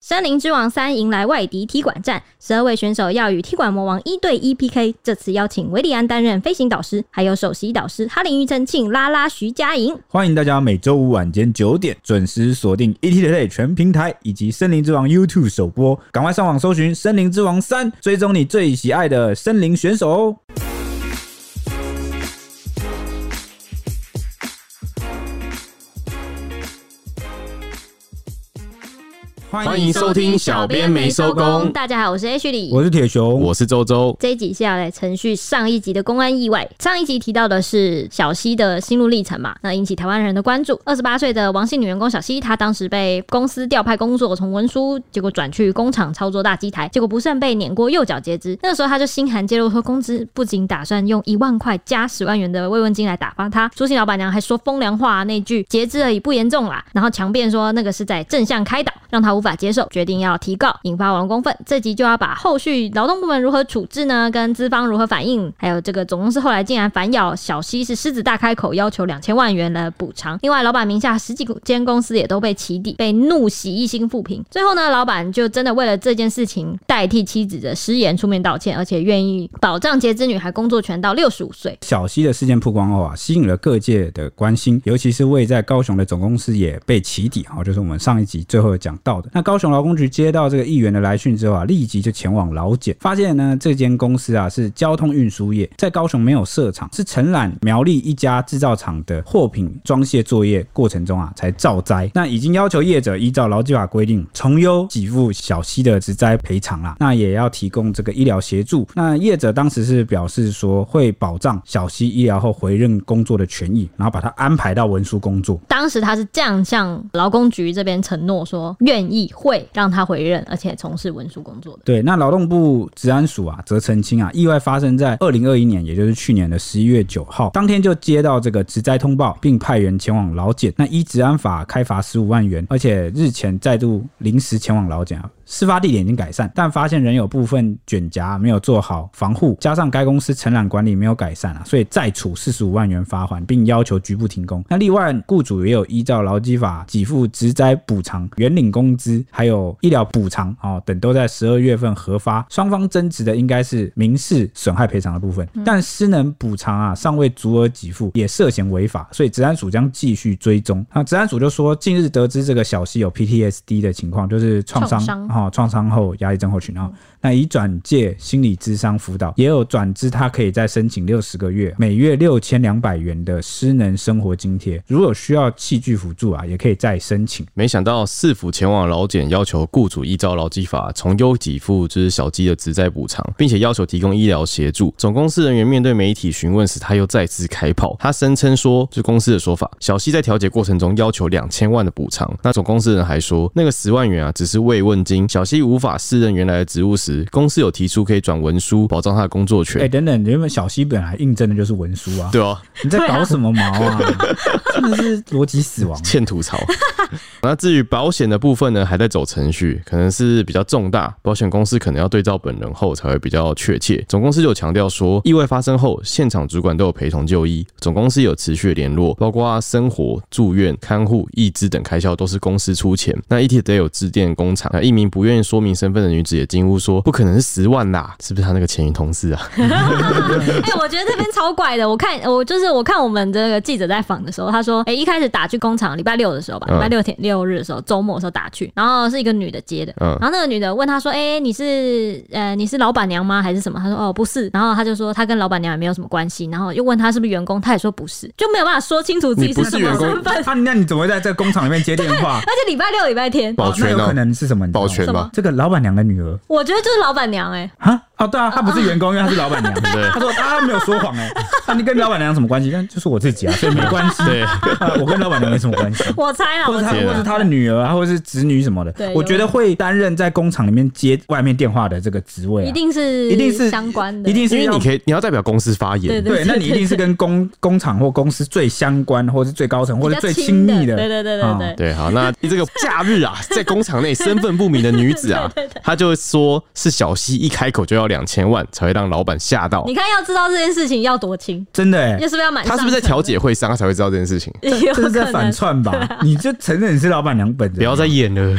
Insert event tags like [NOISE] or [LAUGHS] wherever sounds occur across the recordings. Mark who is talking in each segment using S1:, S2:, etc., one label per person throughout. S1: 森林之王三迎来外敌踢馆战，十二位选手要与踢馆魔王一对一 PK。这次邀请维里安担任飞行导师，还有首席导师哈林庾澄庆、拉拉、徐佳莹。
S2: 欢迎大家每周五晚间九点准时锁定 E ET Today 全平台以及《森林之王》YouTube 首播，赶快上网搜寻《森林之王三》，追踪你最喜爱的森林选手哦。
S3: 欢迎收听小编没收工
S1: 大家好，我是 H 李，
S2: 我是铁熊，
S3: 我是周周，
S1: 这一集是要来程序上一集的公安意外。上一集提到的是小西的心路历程嘛，那引起台湾人的关注。二十八岁的王姓女员工小西，她当时被公司调派工作，从文书结果转去工厂操作大机台，结果不慎被碾过右脚截肢。那个时候她就心寒，揭露说公司不仅打算用一万块加十万元的慰问金来打发她，朱姓老板娘还说风凉话啊那句“截肢而已不严重啦”，然后强辩说那个是在正向开导，让她无法接受，决定要提告，引发网公愤。这集就要把后续劳动部门如何处置呢，跟资方如何反应，还有这个总公司后来竟然反咬小西是狮子大开口，要求两千万元的补偿。另外，老板名下十几间公司也都被起底，被怒袭一星复评。最后呢，老板就真的为了这件事情代替妻子的失言出面道歉，而且愿意保障截肢女孩工作权到六十五岁。
S2: 小西的事件曝光后啊，吸引了各界的关心，尤其是位在高雄的总公司也被起底哈、就是我们上一集最后有讲到的。那高雄劳工局接到这个议员的来讯之后啊，立即就前往劳检，发现呢这间公司啊是交通运输业，在高雄没有设厂，是承揽苗栗一家制造厂的货品装卸作业过程中啊才造灾。那已经要求业者依照劳基法规定从优给付小西的职灾赔偿啦，那也要提供这个医疗协助。那业者当时是表示说会保障小西医疗后回任工作的权益，然后把他安排到文书工作。
S1: 当时他是这样向劳工局这边承诺说，愿意会让他回任，而且从事文书工作的。
S2: 对，那劳动部治安署啊，则澄清啊，意外发生在二零二一年，也就是去年的十一月九号，当天就接到这个职灾通报，并派员前往劳检。那依治安法开罚十五万元，而且日前再度临时前往劳检啊。事发地点已经改善，但发现仍有部分卷夹没有做好防护，加上该公司承揽管理没有改善啊，所以再处四十五万元罚款，并要求局部停工。那另外，雇主也有依照劳基法给付职灾补偿、原领工资，还有医疗补偿哦等，都在十二月份核发。双方争执的应该是民事损害赔偿的部分，
S1: 嗯
S2: 但失能补偿啊尚未足额给付，也涉嫌违法，所以治安署将继续追踪。那治安署就说，近日得知这个小西有 PTSD 的情况，就是创伤
S1: 创伤嗯
S2: 哦，创伤后压力症候群啊、哦，那已转介心理咨商辅导，也有转知他可以再申请六十个月，每月六千两百元的失能生活津贴，如果需要器具辅助啊，也可以再申请。
S3: 没想到市府前往劳检，要求雇主依照劳基法从优给付就是小鸡的职灾补偿，并且要求提供医疗协助。总公司人员面对媒体询问时，他又再次开炮，他声称说，就公司的说法，小西在调解过程中要求两千万的补偿。那总公司人还说，那个十万元啊，只是慰问金。小西无法适任原来的职务时，公司有提出可以转文书，保障他的工作
S2: 哎、
S3: 权。
S2: 等等，原本小西本来应征的就是文书啊，
S3: [LAUGHS] 对啊，
S2: 你在搞什么毛
S3: [LAUGHS]
S2: 啊？真的是逻辑死亡。啊
S3: 欠吐槽。 [LAUGHS] 那至于保险的部分呢，还在走程序，可能是比较重大，保险公司可能要对照本人后才会比较确切。总公司有强调说，意外发生后，现场主管都有陪同就医，总公司有持续联络，包括生活、住院、看护、义肢等开销都是公司出钱。那 ETD 有致电工厂，那一名不愿意说明身份的女子也惊呼说：“不可能是十万啦，是不是她那个前女同事啊？”
S1: 哎、我觉得这边超怪的。我看 [LAUGHS] 我就是我看我们这个记者在访的时候，他说，哎、一开始打去工厂，礼拜六的时候吧，
S3: 嗯
S1: 礼拜六天六日的时候，周末的时候打去，然后是一个女的接的，
S3: 嗯
S1: 然后那个女的问他说，哎、你是呃你是老板娘吗还是什么？他说哦不是，然后他就说他跟老板娘也没有什么关系，然后又问他是不是员工，他也说不是，就没有办法说清楚自己
S3: 你不是
S1: 什么
S3: 员工
S1: 身份。
S2: 啊，那你怎么会在这个工厂里面接电话？
S1: 而且礼拜六、礼拜天，
S3: 保
S2: 那
S3: 全
S2: 有可
S3: 哦，
S2: 能是什么？你知道吗
S3: 保全
S1: 什
S3: 吧
S1: 么，
S2: 这个老板娘的女儿
S1: 我觉得就是老板娘哎、
S2: 啊？哦，对啊，她不是员工，因为她是老板娘。
S3: 对
S2: 他说他没有说谎哎、那、你跟老板娘有什么关系？但就是我自己啊，所以没关系。
S3: 对，
S2: 啊我跟老板娘没什么关系。
S1: 我猜啦，
S2: 或
S1: 我
S2: 是他，
S1: 猜
S3: 天啊
S2: 或是他的女儿啊，或者是子女什么的
S1: 对，
S2: 我觉得会担任在工厂里面接外面电话的这个职位、啊，
S1: 一定是
S2: 一定是
S1: 相关的，
S2: 一定
S3: 因
S2: 是
S3: 为
S2: 要
S3: 你可以你要代表公司发
S1: 对
S3: 言，
S2: 对，那你一定是跟工工厂或公司最相关，或是最高层，或
S1: 比
S2: 者
S1: 较
S2: 最亲
S1: 亲
S2: 密的。
S1: 对对对对
S2: 啊 [LAUGHS]
S1: 对。
S3: 对，好，那这个
S2: [LAUGHS]
S3: 假日啊，在工厂内身份不明的女子啊，她就说是小西一开口就要两千万才会让老板吓
S2: 哦
S3: 到。
S1: 你看，要知道这件事情要多轻，
S2: 真的哎、
S1: 要是不是要买？
S3: 他是不是在调？解会上他才会知道这件事情？
S1: [LAUGHS] 有
S2: 这是在
S1: 可
S2: 反
S1: 能，
S2: 串吧？你就承认你是老板娘本人，
S3: 不要再演了，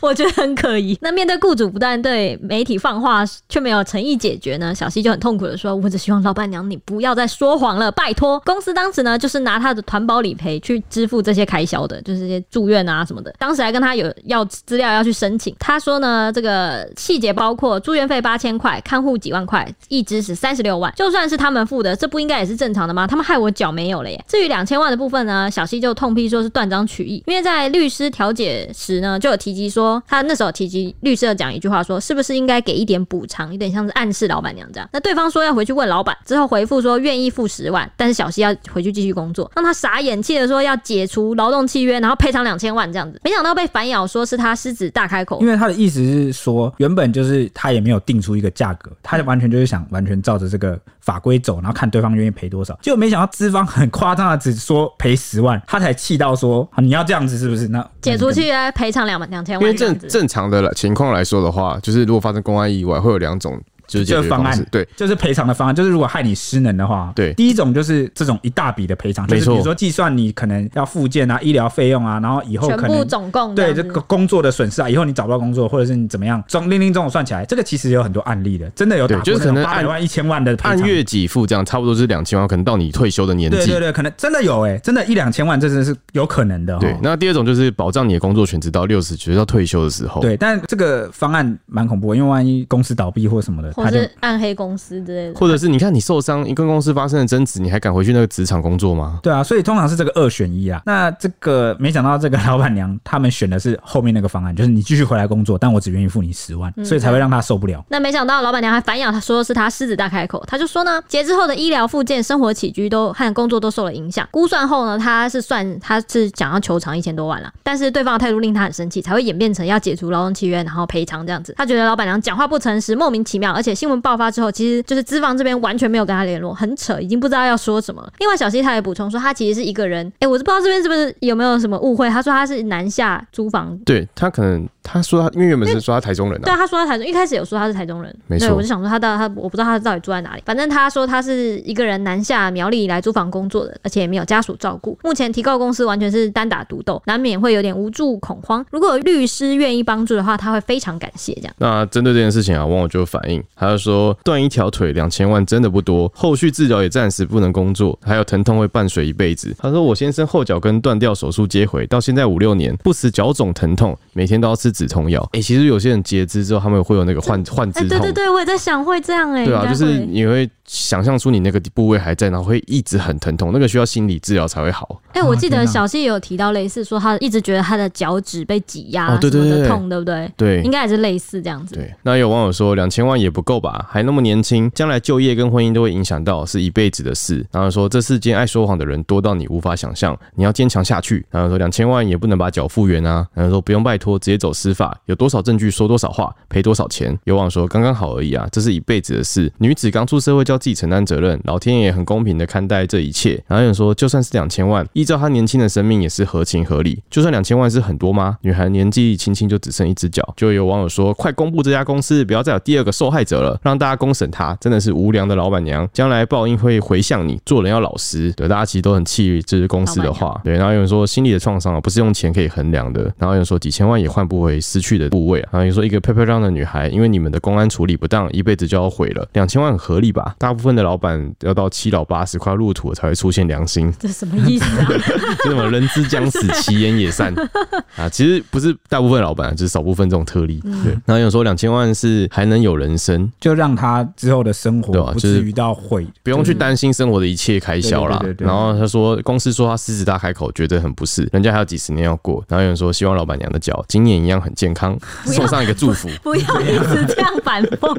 S1: 我觉得很可疑。那面对雇主不但对媒体放话，却没有诚意解决呢，小西就很痛苦的说：“我只希望老板娘你不要再说谎了，拜托。”公司当时呢，就是拿他的团保理赔去支付这些开销的，就是这些住院啊什么的。当时还跟他有要资料要去申请，他说呢，这个细节包括住院费八千块，看护几万块，一支是三十六万，就算是他们付的，这不应该也是正常的吗？他们害我脚没有了耶。至于两千万的部分呢，小西就痛批说是断章取义，因为在律师调解时呢，就有提及说，他那时候有提及律师有讲一句话说，是不是应该给一点补偿，有点像是暗示老板娘这样。那对方说要回去问老板，之后回复说愿意付十万，但是小西要回去继续工作，让他傻眼气的说要解除劳动契约，然后赔偿两千万这样子。没想到被反咬说是他狮子大开口
S2: 因，为他的意思是说，原本就是他也没有定出一个价格，他完全就是想完全照着这个法规走，然后看对方愿意赔多少。结果没想到资方很夸张的只说赔十万，他才气到说、啊、你要这样子是不是？那
S1: 解除契约赔偿两两千
S3: 因
S2: [LAUGHS]
S3: 为
S1: 万这样
S3: 正
S1: 子。
S3: 正常的来情况来说的话，就是如果发生公安意外，会有两种就是解
S2: 就
S3: 决
S2: 是方
S3: 方
S2: 案
S3: 式，对，
S2: 就是赔偿的方案，就是如果害你失能的话，
S3: 对
S2: 第一种就是这种一大笔的赔偿，就
S3: 没
S2: 是
S3: 错
S2: 比如说计算你可能要复健啊、医疗费用啊，然后以后
S1: 全
S2: 可
S1: 部
S2: 能
S1: 总共
S2: 对
S1: 这
S2: 这
S1: 样子
S2: 个工作的损失啊，以后你找不到工作，或者是你怎么样，总零零总总算起来，这个其实有很多案例的，真的有打
S3: 对就是
S2: 过那种
S3: 可能
S2: 八
S3: 按
S2: 百万、一千万的赔
S3: 按
S2: 偿。
S3: 月给付这样，差不多就是两千万，可能到你退休的年
S2: 对
S3: 纪
S2: 对。对，可能真的有哎、真的一两千万，这真的是有可能的哦。
S3: 对，那第二种就是保障你的工作权，直到六十，直到退休的时候。
S2: 对，但这个方案蛮恐怖，因为万一公司倒闭或什么的，
S1: 或
S2: 他就是
S1: 暗黑公司之类的，
S3: 或者是你看你受伤，你跟公司发生了争执，你还敢回去那个职场工作吗？
S2: 对啊，所以通常是这个二选一啊。那这个没想到这个老板娘他们选的是后面那个方案，就是你继续回来工作，但我只愿意付你十
S1: 嗯
S2: 万，所以才会让他受不了。
S1: 那没想到老板娘还反咬他说是他狮子大开口，他就说呢，截肢后的医疗附件、生活起居都和工作都受了影响。估算后呢，他是算他是想要求偿一千多万了，但是对方的态度令他很生气，才会演变成要解除劳动契约，然后赔偿这样子。他觉得老板娘讲话不诚实，莫名其妙，而且新闻爆发之后，其实就是资方这边完全没有跟他联络，很扯，已经不知道要说什么了。另外，小西他也补充说，他其实是一个人，诶、我是不知道这边是不是有没有什么误会，他说他是南下租房
S3: 对他可能他说他，因为原本是说他台中人
S1: 对
S3: 啊，
S1: 啊，他说他台中，一开始有说他是台中人，
S3: 没错
S1: 对，我就想说他到他，我不知道他到底住在哪里。反正他说他是一个人南下苗栗来租房工作的，而且也没有家属照顾。目前提告公司完全是单打独斗，难免会有点无助恐慌。如果有律师愿意帮助的话，他会非常感谢这样。
S3: 那针对这件事情啊，网友就反映，他就说断一条腿两千万真的不多，后续治疗也暂时不能工作，还有疼痛会伴随一辈子。他说我先生后脚跟断掉，手术接回，到现在五六年，不时脚肿疼痛，每天都要吃止痛药。诶、其实有些人截肢之后，他们会有那个换换
S1: 哎、
S3: 肢
S1: 对
S3: 痛
S1: 对。对，我也在想会这样哎、
S3: 对啊，
S1: 应该
S3: 就是
S1: 会
S3: 你会想象出你那个部位还在，然后会一直很疼痛，那个需要心理治疗才会好。
S1: 哎、我记
S2: 哦
S1: 得
S2: 天哪
S1: 小谢有提到类似说，他一直觉得他的脚趾被挤压
S3: 哦对
S1: 什么
S3: 对对
S1: 的
S3: 对
S1: 痛，对不对？
S3: 对
S1: 应，该也是类似这样子。
S3: 对，那有网友说两千万也不够吧，还那么年轻，将来就业跟婚姻都会影响到，是一辈子的事。然后说这世间爱说谎的人多到你无法想象，你要坚强下去。然后说两千万也不能把脚复原啊。然后说不用拜托，直接走司法，有多少证据说多少话，赔多少钱。有网友说刚刚好而已啊，这是一辈子的事。女子刚出社会就要自己承担责任，老天爷很公平的看待这一切。然后有人说就算是两千万，依照她年轻的生命也是合情合理。就算两千万是很多吗？女孩年纪轻轻就只剩一只脚，就有网友说快公布这家公司，不要再有第二个受害者了，让大家公审她，真的是无良的老板娘，将来报应会回向你，做人要老实。对，大家其实都很气这是公司的
S1: 老
S3: 话。啊对，然后有人说心理的创伤啊，不是用钱可以衡量的。然后有人说几千万也换不回失去的部位啊。然后有人说一个漂漂亮亮的女孩，因为你们的公安处理不当，一辈子就要毁了，两千万很合理吧？大部分的老板要到七老八十快要入土了才会出现良心。 [LAUGHS]
S1: 这什么意思啊？
S3: 这种人之将死，其言也善啊。其实不是大部分老板，啊只、是少部分这种特例。对，然后有人说两千万是还能有人生，
S2: 就让他之后的生
S3: 对
S2: 活
S3: 啊
S2: 不
S3: 就是
S2: 至于到毁。
S3: 不用去担心生活的一切开销啦
S2: 对对对对。对嗯
S3: 然后他说，公司说他狮子大开口，觉得很不适，人家还有几十年要过。然后有人说，希望老板娘的脚今年一样很健
S2: [LAUGHS]
S3: 康，
S1: 要
S3: 送上一个祝福。
S1: 不要一直这样反讽，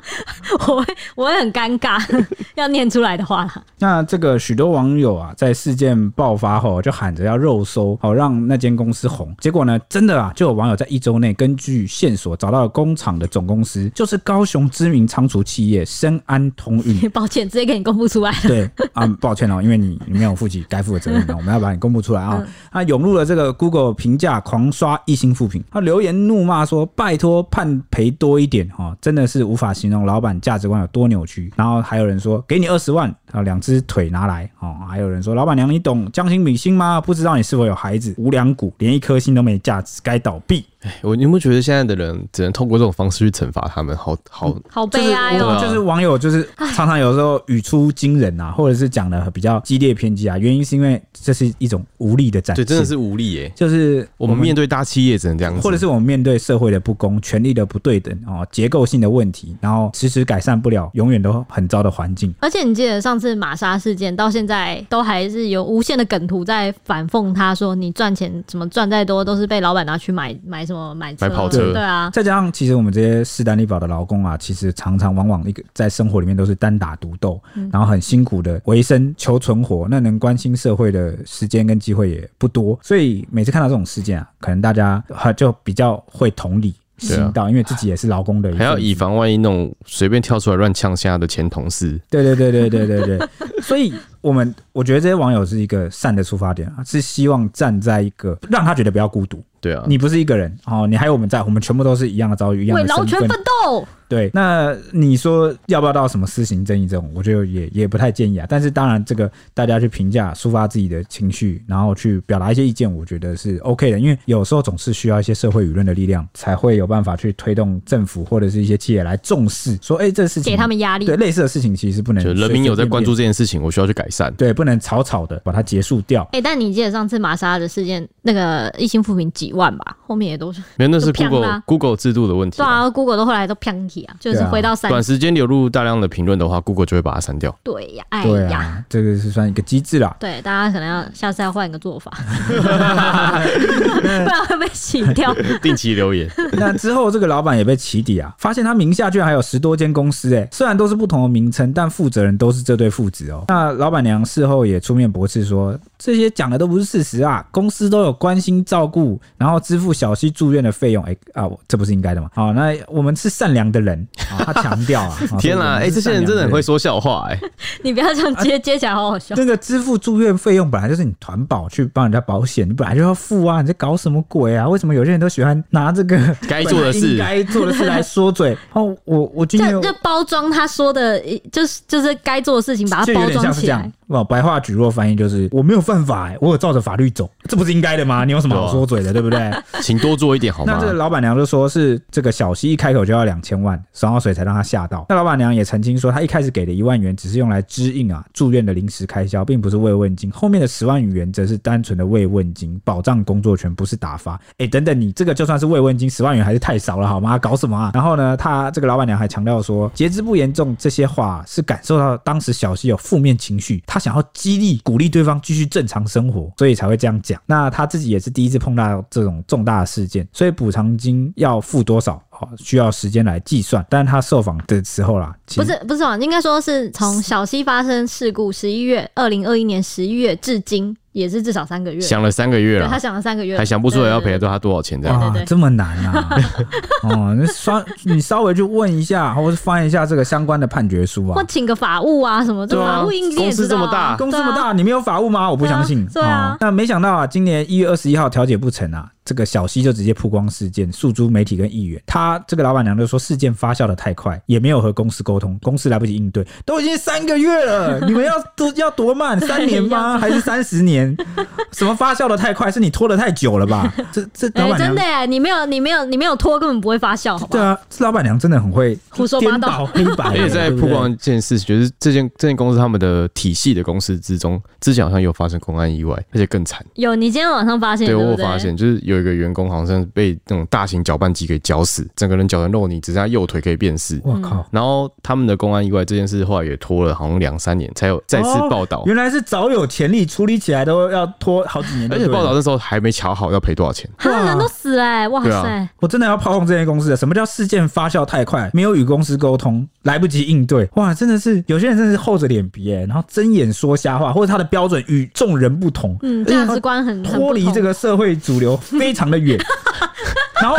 S1: 我会我会很尴尬。 [LAUGHS] 要念出来的话啦，
S2: 那这个许多网友啊，在事件爆发后就喊着要肉搜，好让那间公司红。结果呢，真的啊，就有网友在一周内根据线索找到了工厂的总公司，就是高雄知名仓储企业深安通运。
S1: 抱歉，直接给你公布出来。
S2: 对啊，抱歉哦，因为你你没有负起该负的责任啊，我们要把你公布出来啊。那涌入了这个 Google 评价狂刷一星负评，他留言怒骂说：“拜托判赔多一点哈、哦，真的是无法形容老板价值观有多扭曲。”然后还有人说：“给你二十万啊，两只腿拿来哦。”还有人说：“老板娘，你懂将心比心吗？不知道你是否有孩子，无良股连一颗心都没价值，该倒闭。”
S3: 哎我你有没有觉得现在的人只能通过这种方式去惩罚他们？好好，
S1: 好
S2: 就是
S1: 悲哀
S2: 我
S1: 哦、
S3: 啊
S2: 就是网友就是常常有时候语出惊人啊，或者是讲的比较激烈偏激啊，原因是因为这是一种无力的展
S3: 对，
S2: 现，
S3: 真的是无力耶。
S2: 就是
S3: 我们面对大企业只能这样子，
S2: 或者是我们面对社会的不公、权力的不对等哦、结构性的问题，然后迟迟改善不了，永远都很糟的环境。
S1: 而且你记得上次玛莎事件到现在都还是有无限的梗图在反讽他说你赚钱怎么赚再多都是被老板拿去买买什么买车
S3: 买跑车
S1: 对啊，
S2: 再加上，其实我们这些势单力薄的劳工啊，其实常常往往一个在生活里面都是单打独斗，
S3: 嗯
S2: 然后很辛苦的维生求存活，那能关心社会的时间跟机会也不多，所以每次看到这种事件啊，可能大家呃就比较会同理。心
S3: 对啊
S2: 到，因为自己也是劳工的一份子，
S3: 还要以防万一那种随便跳出来乱呛虾的前同事，
S2: 对对对对对对 [LAUGHS] 对，所以我们我觉得这些网友是一个善的出发点啊，是希望站在一个让他觉得不要孤独，
S3: 对啊，
S2: 你不是一个人哦，你还有我们在，我们全部都是一样的遭遇，一样
S1: 为
S2: 的
S1: 劳
S2: 身
S1: 权
S2: 份。
S1: 奋斗。
S2: 对，那你说要不要到什么私刑正义这种，我觉得也也不太建议啊。但是当然，这个大家去评价、抒发自己的情绪，然后去表达一些意见，我觉得是 OK 的，因为有时候总是需要一些社会舆论的力量，才会有办法去推动政府或者是一些企业来重视，说哎、这事情
S1: 给他们压力
S2: 对类似的事情其实是不能
S3: 就人
S2: 随
S3: 民
S2: 随
S3: 有在
S2: 便
S3: 关
S2: 便
S3: 注这件事情，我需要去改善。
S2: 对，不能草草的把它结束掉。
S1: 哎、但你记得上次玛莎的事件，那个一星复评几万吧，后面也都是
S3: 没有，那是
S1: 就
S3: Google、
S1: 呛啦
S3: Google 制度的问题
S1: 对
S3: 啊、
S1: 啊，Google 都后来都偏题啊，就是
S2: 对啊
S1: 回到三
S3: 短时间流入大量的评论的话，Google 就会把它删
S1: [LAUGHS]
S3: 掉。
S1: 对呀、哎
S2: 对
S1: 呀。
S2: 啊，这个是算一个机制啦。
S1: 对，大家可能要下次要换一个
S3: [LAUGHS]
S1: 做法， [LAUGHS] 不然会被洗
S3: [LAUGHS]
S1: 掉。
S3: 定期留言，
S2: [LAUGHS] 那之后，这个老板也被起底啊，发现他名下居然还有十多间公司、欸，虽然都是不同的名称，但负责人都是这对父子哦。那老板娘事后也出面驳斥说，这些讲的都不是事实啊，公司都有关心照顾，然后支付小西住院的费用，哎、啊，我这不是应该的吗？好、那我们是善良的人，啊、他强调啊，啊
S3: [LAUGHS] 天
S2: 我
S3: 哪！
S2: 们
S3: 哎、
S2: 是
S3: 这些
S2: 善
S3: 人
S2: 良
S3: 真的很会
S2: 人
S3: 说笑话
S2: [LAUGHS]
S3: 哎、
S1: 你不要这样
S3: 啊
S1: 接接起来，好好笑。
S2: 这个支付住院费用本来就是你团保去帮人家保险，你本来就要付啊，你在搞什么鬼啊？为什么有些人都喜欢拿这个
S3: [LAUGHS] 该做的事
S2: 本来应该做的事来说嘴？ [LAUGHS] 哦，我我今天
S1: 这这包装他说的，就是就是该做的事情，把它
S2: 就有
S1: 包
S2: 点
S1: 装
S2: 像是
S1: 起
S2: 这
S1: 来
S2: 样。，哦，白话举若翻译就是我没有犯法、欸，我有照着法律走，这不是应该的吗？你有什么
S3: 啊
S2: 好说嘴的，对不对？
S3: 请多做一点好
S2: 那
S3: 吗
S2: 这？个老板娘就说是这个小西一开口就要两千万，然后所以才让他吓到。那老板娘也澄清说，她一开始给的一万元只是用来支应啊住院的临时开销，并不是慰问金。后面的十万元则是单纯的慰问金，保障工作权，不是打发。哎，等等你，这个就算是慰问金，十万元还是太少了好吗？搞什么啊？然后呢，她这个老板娘还强调说，截肢不严重这些话是感受到当时小西有负面情绪，她想要激励鼓励对方继续正常生活，所以才会这样讲。那她自己也是第一次碰到这种重大的事件，所以补偿金要付多少？好，需要时间来计算。但是她受访的时候啦，其
S1: 不
S2: 实
S1: 是不是啊，应该说是从小溪发生事故十一月二零二一年十一月至今，也是至少三个月。
S3: 想了三个月
S1: 对他
S3: 了，
S1: 想了三个月，
S3: 还想不出来要赔
S1: 对。对对
S3: 到他多少钱这样。
S1: 对
S2: 哇
S1: 对，
S2: 这么难啊！哦，那稍你稍微去问一下，或是翻一下这个相关的判决书
S1: 或
S2: 啊。
S1: 请个法务啊什么的，
S3: 对啊
S1: 法务应该
S3: 公司这么大
S2: 公司这么大，你没有法务吗？我不相信。
S1: 啊对啊
S2: 哦那没想到啊，今年一月二十一号调解不成啊，这个小西就直接曝光事件，诉诸媒体跟议员。他这个老板娘就说，事件发酵的太快，也没有和公司沟
S1: [LAUGHS]
S2: 通，公司来不及应对，都已经三个月了，你们要多要多慢？三年
S1: [LAUGHS]
S2: 吗？还是三十年？什么发酵的太快？是你拖得太久了
S1: [LAUGHS]
S2: 吧？这这
S1: 哎、
S2: 老板
S1: 真
S2: 娘
S1: 的。哎，你没有你没有你没有拖，根本不会发酵，好不
S2: 对
S1: 好？
S2: 啊，这老板娘真的很会
S1: 胡说八
S2: 颠
S1: 道
S2: 倒黑白，
S3: 而且在
S2: 对不
S3: 曝
S2: 对
S3: 光一件事情，就是这间这间公司他们的体系的公司之中，之前好像有发生公安意外，而且更惨。
S1: 有，你今天晚上发现，对
S3: 对我
S1: 不
S3: 有
S1: 对？
S3: 发现，就是有一个员工好像是被那种大型搅拌机给绞死，整个人绞成肉泥，只剩下右腿可以辨识。
S2: 我靠，
S3: 然后他们的公
S2: 哦
S3: 安意外这件事后来也拖了好像两三年，才有再次报道。
S2: 原来是早有潜力，处理起来都都要拖好几年就
S3: 而
S2: 对
S3: 且
S2: 了。
S3: 报道那时候还没瞧好要赔多少钱，
S1: 哈，
S2: 哇
S1: 人都死了欸，哇
S3: 对啊
S1: 塞！
S2: 我真的要炮轰这些公司了。什么叫事件发酵太快，没有与公司沟通，来不及应对？哇，真的是有些人真的是厚着脸皮哎、然后睁眼说瞎话，或者他的标准与众人不同，
S1: 嗯，
S2: 而且
S1: 价
S2: 他
S1: 值观很很
S2: 脱离这
S1: 个，
S2: 个社会主流非常的
S1: [LAUGHS]
S2: 远。然后，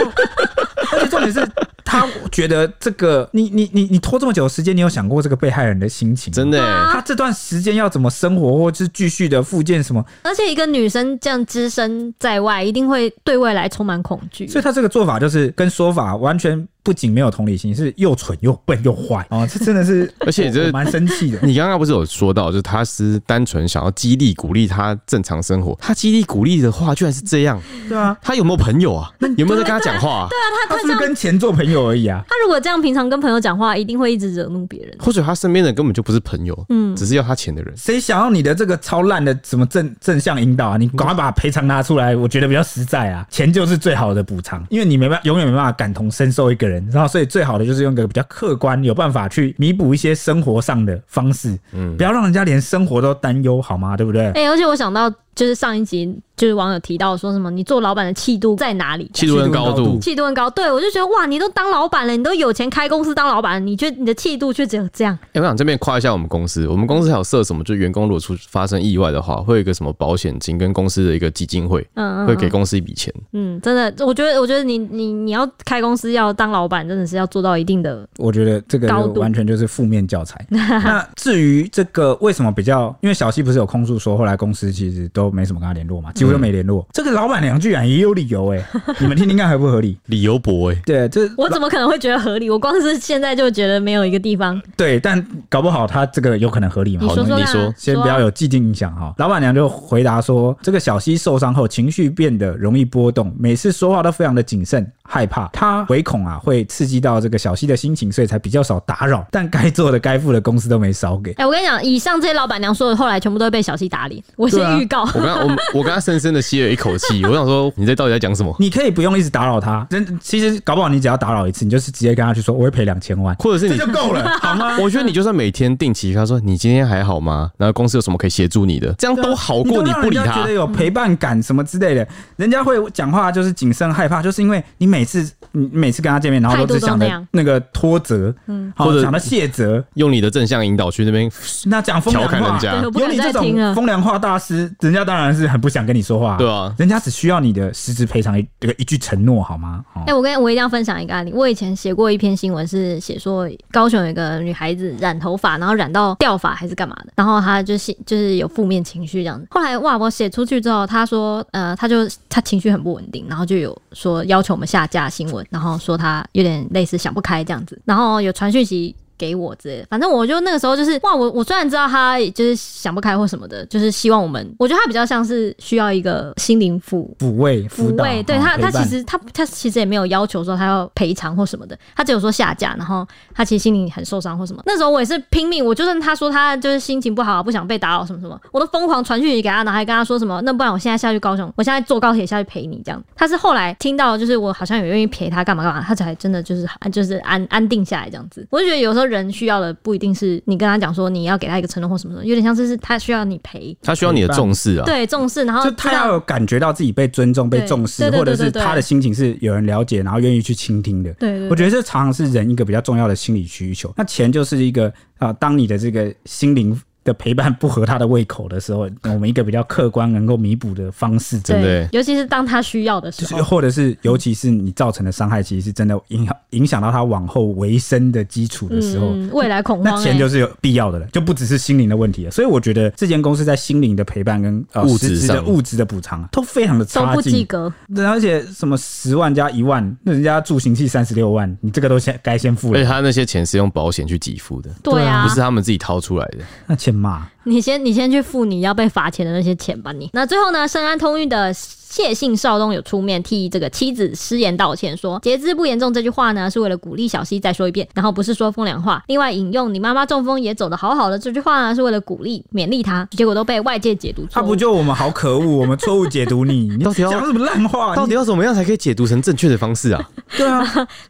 S2: 而且重点是他觉得这个你你你你拖这么久的时间，你有想过这个被害人的心情？
S3: 真的、欸。
S2: 他这段时间要怎么生活，或是继续的复健什么？
S1: 而且一个女生这样只身在外，一定会对未来充满恐惧。
S2: 嗯所以他这个做法就是跟说法完全不仅没有同理心，是又蠢又笨又坏哦，这真的 [LAUGHS] 是我，
S3: 而且这
S2: 我蛮生气 [LAUGHS] 的。
S3: [LAUGHS] 你刚刚不是有说到，就是他是单纯想要激励鼓励他正常生活，他激励鼓励的话居然是这样，
S2: 对啊，
S3: 他有没有朋友啊？有没有在跟他讲话、啊？
S2: 他是不是跟钱做朋友而已啊？
S1: 她如果这样平常跟朋友讲话，一定会一直惹怒别人。
S3: 或许他身边的人根本就不是朋友，
S1: 嗯
S3: 只是要他钱的人。
S2: 谁想要你的这个超烂的什么正正向引导啊？你赶快把赔偿拿出来，我觉得比较实在啊。钱就是最好的补偿，因为你没办永远没办法感同身受一个人，然后所以最好的就是用一个比较客观，有办法去弥补一些生活上的方式。嗯，不要让人家连生活都担忧，好吗？对不对？
S1: 哎、而且我想到，就是上一集就是网友提到说什么，你做老板的气度在哪里？
S3: 气度跟
S2: 气度
S3: 高
S2: 跟高
S3: 度
S2: 度，
S1: 气度很高，对我就觉得哇，你都当老板了，你都有钱开公司当老板，你却你的气度却只有这样，
S3: 哎、我想这边夸一下我们公司，我们公司还有设什么，就员工如果出发生意外的话，会有一个什么保险金跟公司的一个基金会，
S1: 嗯嗯，
S3: 会给公司一笔钱。
S1: 嗯，真的，我觉得我觉得你你你要开公司要当老板，真的是要做到一定的，
S2: 我觉得这个
S1: 高
S2: 就
S1: 度
S2: 完全就是负面教材。 [LAUGHS] 那至于这个为什么比较，因为小西不是有控诉说，后来公司其实都没什么跟他联络
S1: 嗯
S2: 嘛，几乎都没联络。这个老板娘居然也有理由哎、
S1: [LAUGHS]
S2: 你们听听看合不合理？
S3: 理由博哎、
S2: 对，这
S1: 我怎么可能会觉得合理？我光是现在就觉得没有一个地方，
S2: 对，但搞不好他这个有可能合理嘛？
S1: 你说
S2: 我们
S1: 说看
S3: 你
S1: 啊，
S3: 说
S2: 先不
S1: 说啊
S2: 要有既定影响哈。老板娘就回答说，这个小西受伤后情绪变得容易波动，每次说话都非常的谨慎，害怕。她唯恐啊会刺激到这个小西的心情，所以才比较少打扰。但该做的、该付的公司都没少给。
S1: 哎、我跟你讲，以上这些老板娘说的，后来全部都会被小七打脸。我
S2: 对啊
S1: 先预告，
S3: 我刚我我刚刚深深的吸了一口气，我想说你在到底在讲什么？
S2: 你可以不用一直打扰他，真其实搞不好你只要打扰一次，你就是直接跟他去说我会赔两千万，
S3: 或者是
S2: 这
S3: 你
S2: 就够
S3: [LAUGHS]
S2: 了，好吗？
S3: 我觉得你就算每天定期，他说你今天还好吗？然后公司有什么可以协助你的，这样 [LAUGHS] 都好过
S2: 你
S3: 啊
S2: 都让
S3: 你不理
S2: 人家觉
S3: 他
S2: 得。有陪伴感什么之类的，人家会讲话就是谨慎害怕，就是因为你每次你每次跟他见面，然后
S1: 态度
S2: 只想
S1: 都那
S2: 着
S1: 样
S2: 那个拖责，嗯，或
S3: 或
S2: 者
S3: 者
S2: 想着卸责，
S3: 用你的正向引导去那边
S2: 那讲风
S3: 调
S2: 凉
S3: 侃人
S2: 话，
S1: [LAUGHS]
S3: 家
S1: 对，我不
S2: 啊有
S1: 敢
S2: 你
S1: 再
S2: 这
S1: 听啊
S2: 种
S1: 了。
S2: 风凉话大师，人家当然是很不想跟你说话，
S3: 对啊
S2: 人家只需要你的实质赔偿一这个一句承诺，好吗？哦
S1: 哎、我跟你我一定要分享一个案例。我以前写过一篇新闻，是写说高雄有一个女孩子染头发，然后染到掉发还是干嘛的，然后她就是就是有负面情绪这样子。后来哇，我写出去之后，她说呃，她就她情绪很不稳定，然后就有说要求我们下架新闻，然后说她有点类似想不开这样子，然后有传讯息。给我之类的，反正我就那个时候就是哇，我我虽然知道她就是想不开或什么的，就是希望我们，我觉得她比较像是需要一个心灵辅
S2: 抚慰
S1: 抚
S2: 辅导，
S1: 慰，对
S2: 哦
S1: 他，
S2: 陪
S1: 他
S2: 伴
S1: 其实他他其实也没有要求说他要赔偿或什么的，他只有说下架，然后他其实心里很受伤或什么。那时候我也是拼命，我就算他说他就是心情不好，啊不想被打扰什么什么，我都疯狂传讯息给他，然后还跟他说什么，那不然我现在下去高雄，我现在坐高铁下去陪你这样。他是后来听到就是我好像有愿意陪他干嘛干嘛，他才真的就是啊就是安安定下来这样子。我就觉得有时候人需要的不一定是你跟他讲说你要给他一个承诺或什么什么，有点像是是他需要你陪。
S3: 他需要你的重视啊。
S1: 哦对，重视，然后
S2: 就
S1: 知
S2: 他
S1: 道
S2: 要有感觉到自己被尊重、被重视
S1: 对，对对
S2: 或者是
S1: 对对对
S2: 他的心情是有人了解，然后愿意去倾听的。
S1: 对对对
S2: 我觉得这常常是人一个比较重要的心理需求。那钱就是一个啊、当你的这个心灵的陪伴不合他的胃口的时候，我们一个比较客观能够弥补的方式，
S3: 对
S2: 真
S3: 不
S2: 的。欸
S1: 对，尤其是当他需要的时候
S2: 就是，，或者是，尤其是你造成的伤害，其实是真的影响影响到他往后维生的基础的时候，
S1: 嗯、未来恐
S2: 那
S1: 慌、欸，
S2: 钱就是有必要的了，就不只是心灵的问题了。所以我觉得这间公司在心灵的陪伴跟、呃、
S3: 物质
S2: 实质的
S3: 上
S2: 物质的补偿啊，都非常的
S1: 都
S2: 差
S1: 不及
S2: 劲。
S1: 格。
S2: 那而且什么十万加一万，那人家住行器三十六万，你这个都先该先付
S3: 而且
S2: 了，
S3: 他那些钱是用保险去给付的，
S1: 对啊
S3: 不是，他们自己掏出来的。
S2: 那欠骂。
S1: 你先你先去付你要被罚钱的那些钱吧你。那最后呢，深谙通运的谢姓少东有出面替这个妻子失言道歉说，截肢不严重这句话呢是为了鼓励小西再说一遍，然后不是说风凉话。另外引用你妈妈中风也走得好好的这句话呢是为了鼓励勉励他，结果都被外界解读
S2: 他
S1: 错误。
S2: 啊不就我们好可恶，我们错误解读
S3: [LAUGHS]
S2: 你，你
S3: 到底要
S2: 讲什么烂话？
S3: 到
S2: 你
S3: 底要怎么样才可以解读成正确的方式啊？
S2: 对啊，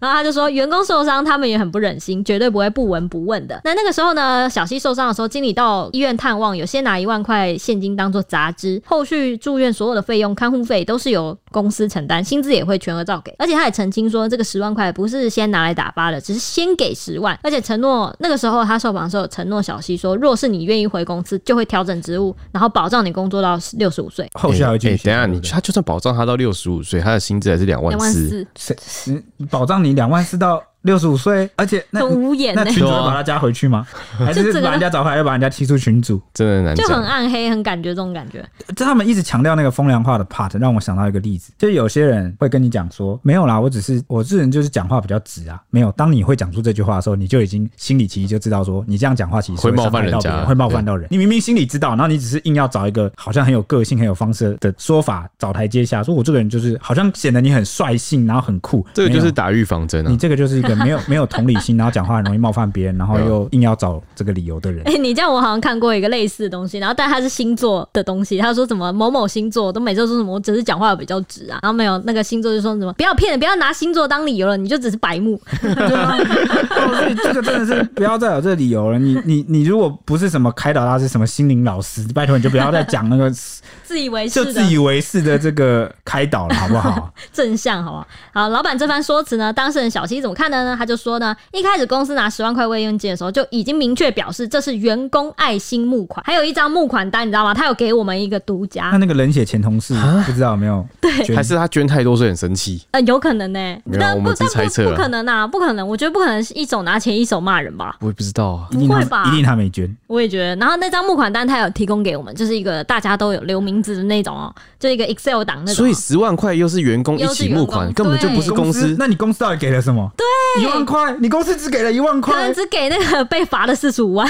S1: 然后他就说，员工受伤，他们也很不忍心，绝对不会不闻不问的。那那个时候呢，小西受伤的时候，经理到医院探望，有些拿一万块现金当做杂支，后续住院所有的费用、看护费都是由公司承担，薪资也会全额照给。而且他也澄清说，这个十万块不是先拿来打发的，只是先给十万，而且承诺那个时候他受访的时候有承诺小西说，若是你愿意回公司，就会调整职务，然后保障你工作到六十五岁。
S2: 后续还会继续
S3: 哎
S2: 写。
S3: 等一下
S2: 对
S3: 你
S2: 不对
S3: 他就算保障他到六十五岁，他的薪资还是两万
S1: 两万
S3: 四。
S1: 四，
S2: 嗯保障你两万四到六十五岁，而且那
S1: 很无言呢、欸
S2: 那群主
S3: 对
S2: 会
S3: 啊
S2: 把他加回去吗？还
S1: [LAUGHS] 就是整个
S2: 把人家找回来，又把人家踢出群组？
S3: 真的很难
S1: 就很
S3: 讲。
S1: 暗黑，很感觉这种感觉。
S2: 这他们一直强调那个风凉话的 part，让我想到一个例子，就有些人会跟你讲说，没有啦，我只是我这人就是讲话比较直啊，没有。当你会讲出这句话的时候，你就已经心里其实就知道说，你这样讲话其实是
S3: 会冒犯
S2: 伤害到
S3: 人家
S2: 别会冒犯到人。你明明心里知道，然后你只是硬要找一个好像很有个性、很有方式的说法找台阶下，说我这个人就是好像显得你很率性，然后很酷。
S3: 这个就
S2: 没
S3: 是
S2: 有
S3: 打预防针啊
S2: 你！这个就是一个没有没有同理心，然后讲话很容易冒犯别人，然
S3: 啊
S2: 后又硬要找这个理由的
S1: [LAUGHS]
S2: 人
S1: 哎、。你这样我好像看过一个类似的东西，然后但它是星座的东西，他说什么某某星座都每周说什么，我只是讲话比较直啊，然后没有那个星座就说什么不要骗人，不要拿星座当理由了，你就只是白目。 [LAUGHS]
S2: 对啊，哦所以这个真的是不要再有这个理由了。你你你如果不是什么开导大师、什么心灵老师，拜托你就不要再讲那个
S1: [LAUGHS] 自以为
S2: 就是
S1: 的啊
S2: 自以为是的这个开导了，
S1: [LAUGHS]
S2: 好不好？
S1: 正向，好不好？好，老板这番说辞呢，当事人小七怎么看的呢？他就说呢，一开始公司拿十万块慰问金的时候，就已经明确表示这是员工爱心募款，还有一张募款单，你知道吗？他有给我们一个独
S2: 那
S3: [LAUGHS]
S1: 家，
S2: 那个冷血前同事不知道有没有？对
S3: 啊还是他捐太多，所以很生气。
S1: 呃，有可能呢、
S3: 没有
S1: 但
S3: 我
S1: 不
S3: 们只
S1: 但
S3: 是猜测
S1: 不
S3: 啊
S1: 不可能啊，不可能，我觉得不可能是一手拿钱一手骂人吧。
S3: 我也不知道啊，
S2: 一定他
S1: 不会吧
S2: 一定他没捐。
S1: 我也觉得，然后那张募款单他有提供给我们，就是一个大家都有留名字的那种哦，就一个 Excel 档那种。哦
S3: 所以十万块又是员工一
S1: 又是
S3: 起
S1: 员
S3: 募
S1: 工
S3: 款，根本就不是公司。
S2: 那你公司到底给了什么？对，一万块，你公司只给了一万
S1: 可能
S2: 块。
S1: 只给那个被罚的四十五万，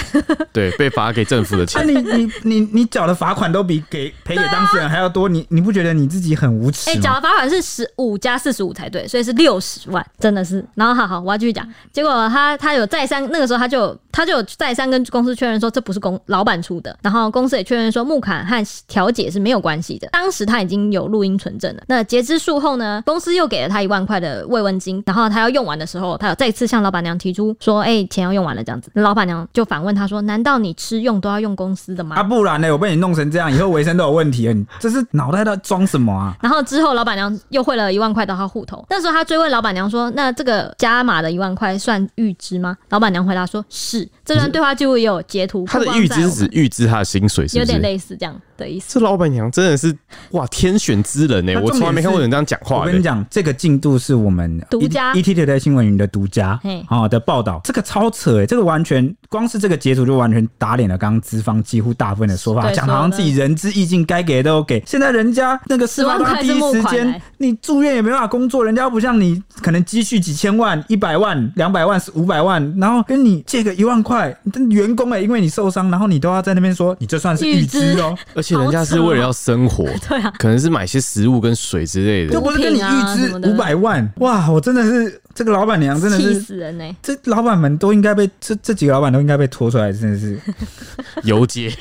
S3: 对，被罚给政府的
S2: 那 [LAUGHS]
S3: 钱。
S2: 啊你你你你缴的罚款都比给赔给当事人还要多，你你不觉得你自己很无耻
S1: 哎、
S2: 吗？
S1: 缴的罚款是十五加四十五才对，所以是六十万，真的是。然后好好，我要继续讲。结果他他有再三，那个时候他就有他就有再三跟公司确认说这不是公老板出的，然后公司也确认说募款和调解是没有关系的。当时他已经有录音存证了。那截支术后呢，公司又给了他一万块的慰问金，然后他要用完的时候，他有再次向老板娘提出说，哎、钱要用完了这样子。老板娘就反问他说，难道你吃用都要用公司的吗？
S2: 啊，不然呢？我被你弄成这样，以后维生都有问题了。你这是脑袋在装什么啊？
S1: 然后之后，老板娘又汇了一万块到他户头。那时候他追问老板娘说：“那这个加码的一万块算预支吗？”老板娘回答说：“是。”这段对话记录也有截图。
S3: 他的
S1: 曝光
S3: 预
S1: 在
S3: 支
S1: 我
S3: 是
S1: 们
S3: 指预支他的薪水，是
S1: 有
S3: 不
S1: 点
S3: 是？
S1: 类似这样的意思。
S3: 这老板娘真的是哇，天选之人呢、
S2: 那
S3: 欸
S2: 重
S3: 我
S2: 点
S3: 从来没看过
S2: 是
S3: 有人这样讲
S2: 我
S3: 话的、
S2: 跟你讲，这个进度是我们 E
S1: 独家
S2: ET Today 新闻云的独家
S1: 嘿
S2: 啊、哦、的报道，这个超扯哎、这个完全光是这个截图就完全打脸了刚刚资方几乎大部分的说法，
S1: 对
S2: 讲得好像
S1: 说
S2: 自
S1: 的
S2: 己仁至义尽，该给的都有给。现在人家那个事发
S1: 10万
S2: 当
S1: 块
S2: 第
S1: 是
S2: 一
S1: 募
S2: 时
S1: 款
S2: 间
S1: 欸，
S2: 你住院也没办法工作，人家又不像你可能积蓄几千万、一百万、两百万、五百万，然后跟你借个一万块，但员工哎、因为你受伤，然后你都要在那边说你这算是
S1: 预
S2: 预支
S1: 支
S2: 哦。
S3: 而且人家是为了要生活，对
S1: 啊，
S3: 可能是买些食物跟水之类
S2: 就
S3: 的。
S2: 不是跟你预
S1: 毒品啊
S2: 支
S1: 什么的
S2: 五百万，哇！我真的是这个老板
S3: 哦
S2: 娘，真的
S1: 气
S2: 是
S1: 死人欸
S3: [LAUGHS]
S1: 呢、
S2: 这老板们都应该被这这几个老板都应该被拖出来，真的
S3: [LAUGHS]
S2: 是
S3: 游街，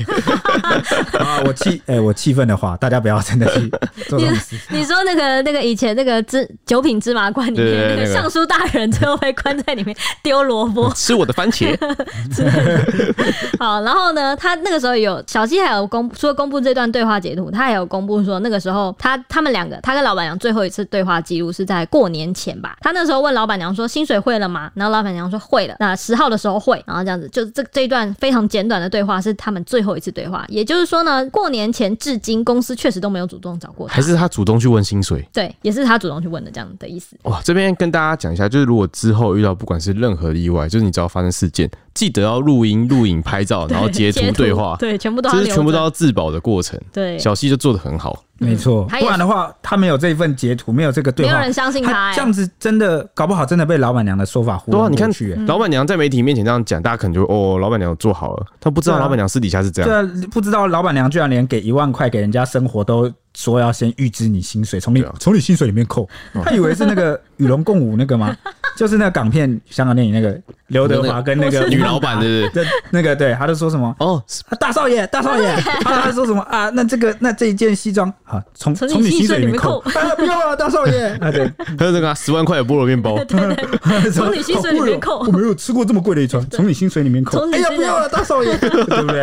S2: 啊！我气哎、我气愤的话，大家不要真的去
S1: [LAUGHS]
S2: 做这种事。
S1: 你说那个那个以前那个芝九品芝麻官里面
S3: 对对对
S1: 那
S3: 那
S1: 个
S3: 个
S1: 尚书大人最后被关在里面丢萝卜，
S3: 吃我的番茄。
S1: [LAUGHS] 好，然后呢，他那个时候有小七还有公除了公布这段对话截图，他还有公布说那个时候他他们两个，他跟老板娘最后一次对话记录是在过年前吧。他那时候问老板娘说薪水汇了吗？然后老板娘说汇了。那十号的时候汇，然后这样子，就这这一段非常简短的对话是他们最后一次对话。也就是说呢，过年前至今公司确实都没有主动找过他
S3: 还。是他主动去问薪水。
S1: 对，也是他主动去问的这样的意思。
S3: 哇，这边跟大家讲一下，就是如果之后遇到不管是任何意外，就是你只要发生事件，记得要录音、录影、拍照，然后
S1: [LAUGHS]
S3: 截图对话，
S1: 对，全部都要
S3: 这是
S1: 留
S3: 全部
S1: 着
S3: 都要自保的过程。
S1: 对，
S3: 小西就做的很好，
S2: 没错，
S1: 他也
S2: 不然的话，他没有这份截图，没有这个对
S1: 没有
S2: 话，
S1: 人相信他、
S2: 他
S1: 欸
S2: 这。样子真的搞不好真的被老板娘的说法糊
S3: 对啊，
S2: 弄
S3: 你看
S2: 过去、欸。
S3: 老板娘在媒体面前这样讲，大家可能就哦，老板娘有做好了，他不知道
S2: 对啊
S3: 老板娘私底下是这
S2: 对
S3: 样。
S2: 啊，不知道老板娘居然连给一万块给人家生活都说要先预支你薪水，从你
S3: 对啊哦
S2: 从、你薪水里面扣，他以为是那个与龙共舞那个吗？就是那个港片香港电影那个刘德华跟
S1: [LAUGHS]
S2: 那个
S3: 女老板对不
S2: 对，啊那个对，他就说什么
S3: 哦，
S1: [LAUGHS]
S2: 啊大少爷大少爷，他他说什么啊？那这个那这一件西装啊，从
S1: 从你
S2: 从你
S1: 薪
S2: 薪
S1: 水
S2: 水
S1: 里面
S2: 里面
S1: 扣
S2: 扣，啊，不用了，大
S1: [LAUGHS]
S2: 少爷，啊， [LAUGHS] 对，
S3: 还有那个啊十、万块的菠萝面包，
S1: 从你薪水里面扣
S2: 好贵哦我没有吃过这么贵的一餐，从你薪水里面扣
S1: 从。你
S2: 哎呀，
S1: 薪水
S2: 不要了，大少
S1: [LAUGHS]
S2: 爷，对不对？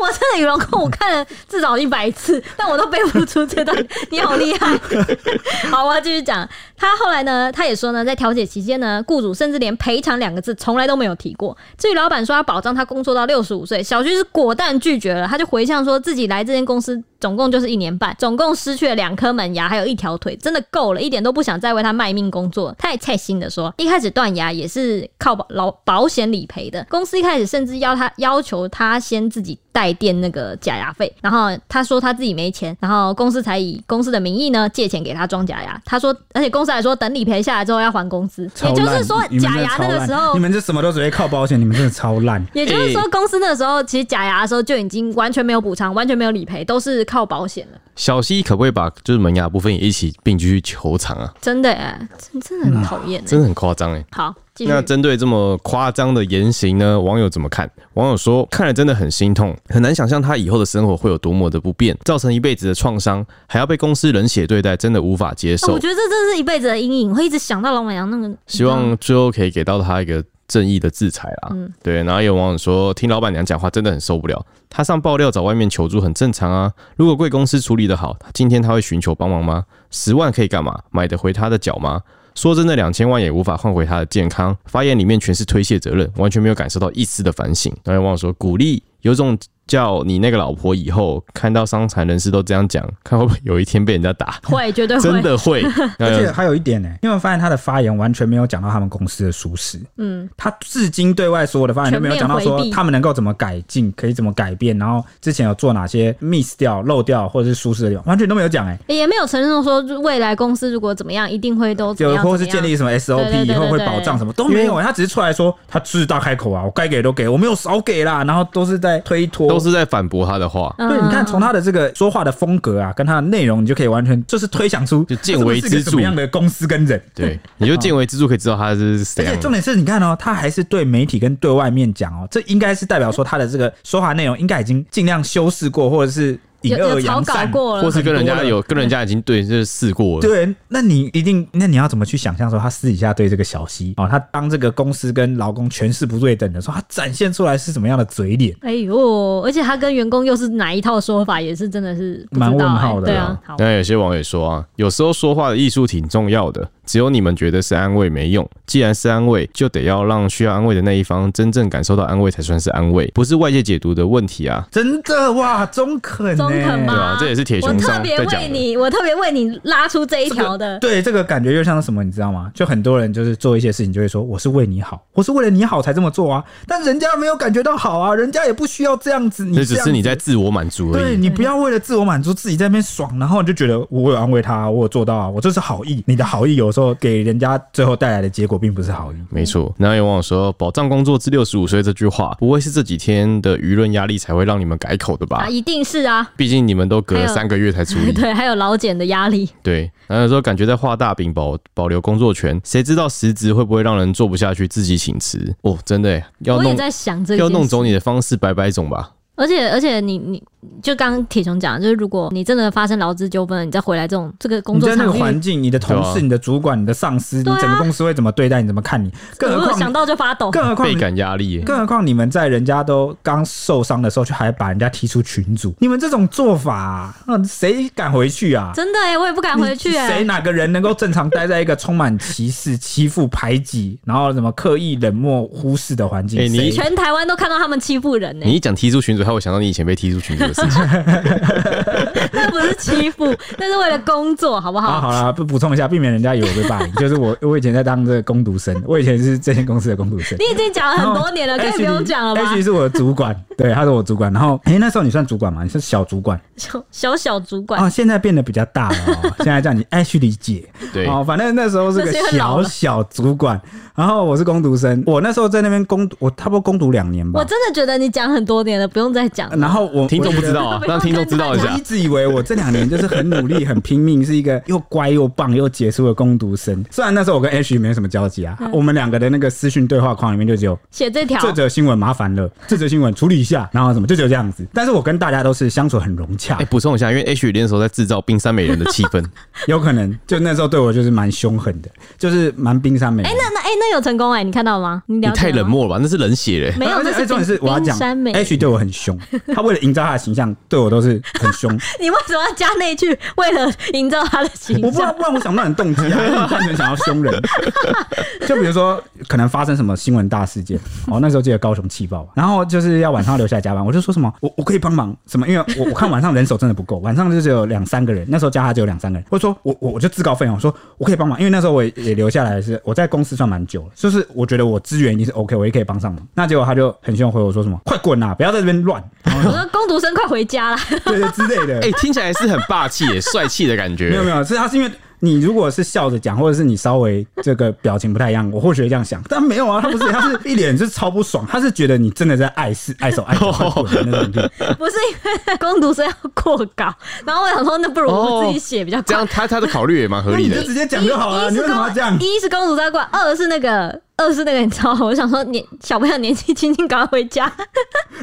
S1: 哇，这个羽绒裤我看了至少一百次，但我都背不出这段。你好厉害！ [LAUGHS] 好，我要继续讲。他后来呢，他也说呢，在调解期间呢，雇主甚至连赔偿两个字从来都没有提过。至于老板说要保障他工作到六十五岁，小徐是果断拒绝了。他就回向说自己来这间公司总共就是一年半，总共失去了两颗门牙，还有一条腿，真的够了，一点都不想再为他卖命工作。他也菜心的说，一开始断牙也是靠保老保险理赔的，公司一开始甚至要他要求他先自己代垫那个假牙费，然后他说他自己没钱，然后公司才以公司的名义呢借钱给他装假牙。他说，而且公司还说等理赔下来之后要还公司，也
S2: [LAUGHS] 超
S1: 就
S2: 烂
S1: 是说
S2: 你们真
S1: 假
S2: 的
S1: 牙那
S2: 超
S1: 个
S2: 烂
S1: 时候
S2: 你们这什么都只会靠保险，你们真的超烂。
S1: 也就是说，公司那时候其实假牙的时候就已经完全没有补偿，完全没有理赔，都是靠保险了。
S3: 小西可不可以把就是门牙部分也一起并进去球场啊？
S1: 真的
S2: 嗯
S1: 哎、真真的很讨厌哎。
S3: 真的很夸张哎。
S1: 好，继续
S3: 那。针对这么夸张的言行呢，网友怎么看？网友说，看了真的很心痛，很难想象他以后的生活会有多么的不便，造成一辈子的创伤，还要被公司冷血对待，真的无法接
S1: 哦
S3: 受
S1: 我。觉得这真是一辈子的阴影，会一直想到老板娘那个。
S3: 希望最后可以给到他一个正义的制裁啦。对。然后也有网友说，听老板娘讲话真的很受不了，他上爆料找外面求助很正常啊。如果贵公司处理的好，今天他会寻求帮忙吗？十万可以干嘛？买得回他的脚吗？说真的，两千万也无法换回他的健康。发言里面全是推卸责任，完全没有感受到一丝的反省。然后有网友说，鼓励有种。叫你那个老婆以后看到伤残人士都这样讲，看会不会有一天被人家打？
S1: 会，绝对会。
S3: 真的会，
S2: 而
S3: 呃
S2: 且还有一点呢、因为我发现他的发言完全没有讲到他们公司的舒适，
S1: 嗯，
S2: 他至今对外所有的发言都没有讲到
S1: 全面回
S2: 说
S1: 避
S2: 他们能够怎么改进，可以怎么改变，然后之前有做哪些 miss 掉、漏掉或者是舒适的地方，完全都没有讲哎、
S1: 也没有承认说未来公司如果怎么样，一定会都 [LAUGHS] 怎么
S2: 就
S1: 样
S2: 或是
S1: 怎
S2: 建
S1: 么样
S2: 立什么
S1: 对对
S2: SOP 以
S1: 对
S2: 后会
S1: 对
S2: 保障什么都没有欸、他只是出来说他自大开口啊，我该给都给，我没有少给啦，然后都是在推脱，
S3: 都是在反驳他的话。
S2: 对，你看从
S1: 嗯
S2: 他的这个说话的风格啊，跟他的内容，你就可以完全就是推想出
S3: 就见微
S2: 他是
S3: 知著
S2: 不是一个什么样的公司跟人。
S3: [LAUGHS] 对，你就见微知著，可以知道他是谁啊
S2: 而且重点是，你看哦，他还是对媒体跟对外面讲哦，这应该是代表说他的这个说话内容应该已经尽量修饰过，或者是引
S1: 有有草
S2: 恶扬
S1: 稿
S2: 善
S1: 过
S3: 或
S1: 了，
S3: 是跟人家有跟人家已经对就是试过了。
S2: 对，那你一定，那你要怎么去想象说他私底下对这个小西哦，他当这个公司跟劳工权势不对等的时候，他展现出来是什么样的嘴脸？
S1: 哎呦，而且他跟员工又是哪一套说法，也是真的是不知道
S2: 蛮问
S1: 哎
S2: 号的
S1: 对啊
S2: 啊，
S1: 好，
S3: 那有些网友说啊，有时候说话的艺术挺重要的，只有你们觉得是安慰没用。既然是安慰，就得要让需要安慰的那一方真正感受到安慰才算是安慰，不是外界解读的问题啊。
S2: 真的哇，中肯、欸，
S1: 中肯
S3: 对
S1: 吗
S3: 啊，这也是铁
S1: 我
S3: 熊
S1: 特
S3: 上
S1: 别
S3: 在讲
S1: 为
S3: 的。
S1: 你，我特别为你拉出这一条的。
S2: 对，这个感觉就像是什么，你知道吗？就很多人就是做一些事情，就会说我是为你好，我是为了你好才这么做啊。但人家没有感觉到好啊，人家也不需要这样子。你
S3: 这
S2: 这
S3: 只
S2: 样
S3: 是你
S2: 子
S3: 在自我满足而
S2: 对
S3: 已。
S2: 你不要为了自我满足自己在那边爽，然后你就觉得我有安慰他，我有做到啊，我这是好意。你的好意有时候给人家最后带来的结果并不是好意。
S3: 没错，然后有网友说“保障工作至六十五岁”这句话，不会是这几天的舆论压力才会让你们改口的吧
S1: 啊，？一定是啊，
S3: 毕竟你们都隔
S1: 还
S3: 了
S1: 有
S3: 三个月才
S1: [LAUGHS]
S3: 处理。
S1: 对，还有老茧的压力，
S3: 对，然后有时候感觉在画大饼保保留工作权，谁知道实质会不会让人做不下去，自己请辞？哦，真的耶要
S1: 我也
S3: 弄
S1: 在想这
S3: 要
S1: 件
S3: 弄
S1: 事。
S3: 走你的方式，百百种吧。
S1: 而且而且你你就刚刚铁熊讲，就是如果你真的发生劳资纠纷了，你再回来这种这个工
S2: 你
S1: 作
S2: 在那个
S1: 场
S2: 环
S1: 域，
S2: 境，你的同
S3: 对啊
S2: 事、你的主管、你的上司，你
S1: 对啊
S2: 整个公司会怎么对待你，怎么看你？更何
S1: 我
S2: 况
S1: 想
S2: 你，
S1: 到就发抖。
S2: 更何况
S3: 倍
S2: 你
S3: 感压力耶，
S2: 更何况你们在人家都刚受伤的时候，却还把人家踢出群组，你们这种做法、那谁敢回去啊？
S1: 真的哎、我也不敢回去哎、
S2: 谁哪个人能够正常待在一个充满歧视、欺负、排挤，然后什么刻意冷漠、忽视的环境？
S3: 哎你
S2: 谁
S1: 全台湾都看到他们欺负人呢、
S3: 你一讲踢出群组，他会想到你以前被踢出群组的事情。
S1: 那不是欺
S2: [LAUGHS]
S1: 负，那是为了工作，好不
S2: 啊，
S1: 好？
S2: 好啦，不补充一下，避免人家以为我被霸凌。 [LAUGHS] 就是我，我以前在当这个工读生，我以前是这间公司的工读生。
S1: 你已经讲了很多年了，可以不用讲了吧？
S2: H 是我的主管， [LAUGHS] 对，他是我主管。然后，哎、那时候你算主管吗？你是小主管
S1: 小小小主管，
S2: 哦，现在变得比较大了、哦，现在叫你 H 理姐。
S3: 对，
S2: 哦，反正那时候是
S1: 那
S2: 个
S1: 是因为老
S2: 小
S1: 了
S2: 小主管，然后我是工读生，我那时候在那边工读，我差不多工读两年吧
S1: 我。真的觉得你讲很多年了，不用再讲了。
S2: 然后我
S3: 听众不知道，
S1: 我
S3: 啊
S1: 觉，得
S3: 让听众知道
S2: 我
S3: 一
S2: 觉得我
S3: 下
S2: 一。直以为我这两年就是很努力、很拼命，是一个又乖又棒又杰出的工读生。虽然那时候我跟 H 没有什么
S1: 嗯
S2: 交集啊，我们两个的那个私讯对话框里面就只有
S1: 写这条
S2: 这则新闻麻烦了，这则新闻处理一下，然后什么，就只有这样子。但是我跟大家都是相处很融洽
S3: 哎、，补充一下，因为 H 雨那时候在制造冰山美人的气氛，
S2: 有可能就那时候对我就是蛮凶狠的，就是蛮冰山美人。
S1: 哎那那哎、那有成功哎、你看到了吗？你
S3: 你
S1: 了解
S3: 太
S1: 了吗
S3: 冷，漠了吧？那是冷血嘞、
S1: 没有，
S2: 哎而
S1: 这
S2: 且而且
S1: 是
S2: 重点是我要
S1: 冰
S2: 讲
S1: 山美。
S2: ，H 对我很凶，他为了营造他的形象，对我都是很凶。
S1: 你为什么要加那一句？为了营造他的形
S2: 我不知道，
S1: 象，
S2: 不然我想不到你动机啊，因为你单纯想要凶人。 [LAUGHS] 就比如说，可能发生什么新闻大事件，哦，那时候记得高雄气爆，然后就是要晚上留下来加班，我就说什么我我可以帮忙什么，因为我我看晚上人手真的不够，晚上就只有两三个人，那时候加他只有两三个人，我说我我我就自告奋勇说我可以帮忙，因为那时候我也也留下来是我在公司算蛮久了，就是我觉得我资源一定是 OK，我也可以帮上忙。那结果他就很凶回我说什么快滚啊啦，不要在这边乱， [LAUGHS]
S1: 我说工读生快回家啦！
S2: 对对之类的。
S3: 哎、听起来是很霸气耶、帅气的感觉。
S2: 没有没有，是他是因为你如果是笑着讲，或者是你稍微这个表情不太一样，我或许会这样想。但没有啊，他不是，他是一脸是超不爽，他是觉得你真的在碍事、碍手、碍脚快滚的那种 [LAUGHS] 脸。
S1: 不是因为工读生要过稿，然后我想说，那不如我自己写比较
S3: 这
S1: 快。
S3: 样他他的考虑也蛮合
S2: 那
S3: 理
S2: 你就
S3: 的。
S2: 直接讲哦就好了，
S1: 一
S2: 你为什么要这样？
S1: 一是公主在管，二是那个，二是那个，你知道吗？我想说年小朋友年纪轻轻，赶快回家。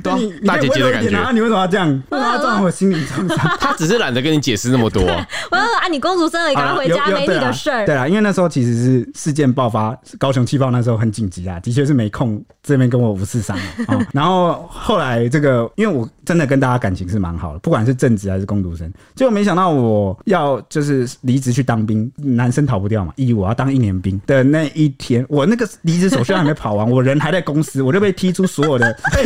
S3: 对啊
S2: 你你
S3: 大
S2: 可以
S3: 姐姐的
S2: 温柔
S3: 感
S2: 一点啊，
S3: 觉，
S2: 你为什么要这样？为什么要 [LAUGHS] 让我心里创伤？
S3: 他只是懒得跟你解释那么多、
S1: 我要说啊，你公主生了，赶快回家，
S2: 有有
S1: 没你的事儿
S2: 对。啊啦，因为那时候其实是事件爆发，高雄气爆那时候很紧急啊，的确是没空这边跟我无事商
S1: [LAUGHS]
S2: 量、哦。然后后来这个，因为我真的跟大家感情是蛮好的，不管是正职还是工读生，结果没想到我要就是离职去当兵，男生逃不掉嘛，一我要当一年兵的那一天，我那个离职手续还没跑完，我人还在公司，我就被踢出所有的。
S1: [LAUGHS]
S2: 哎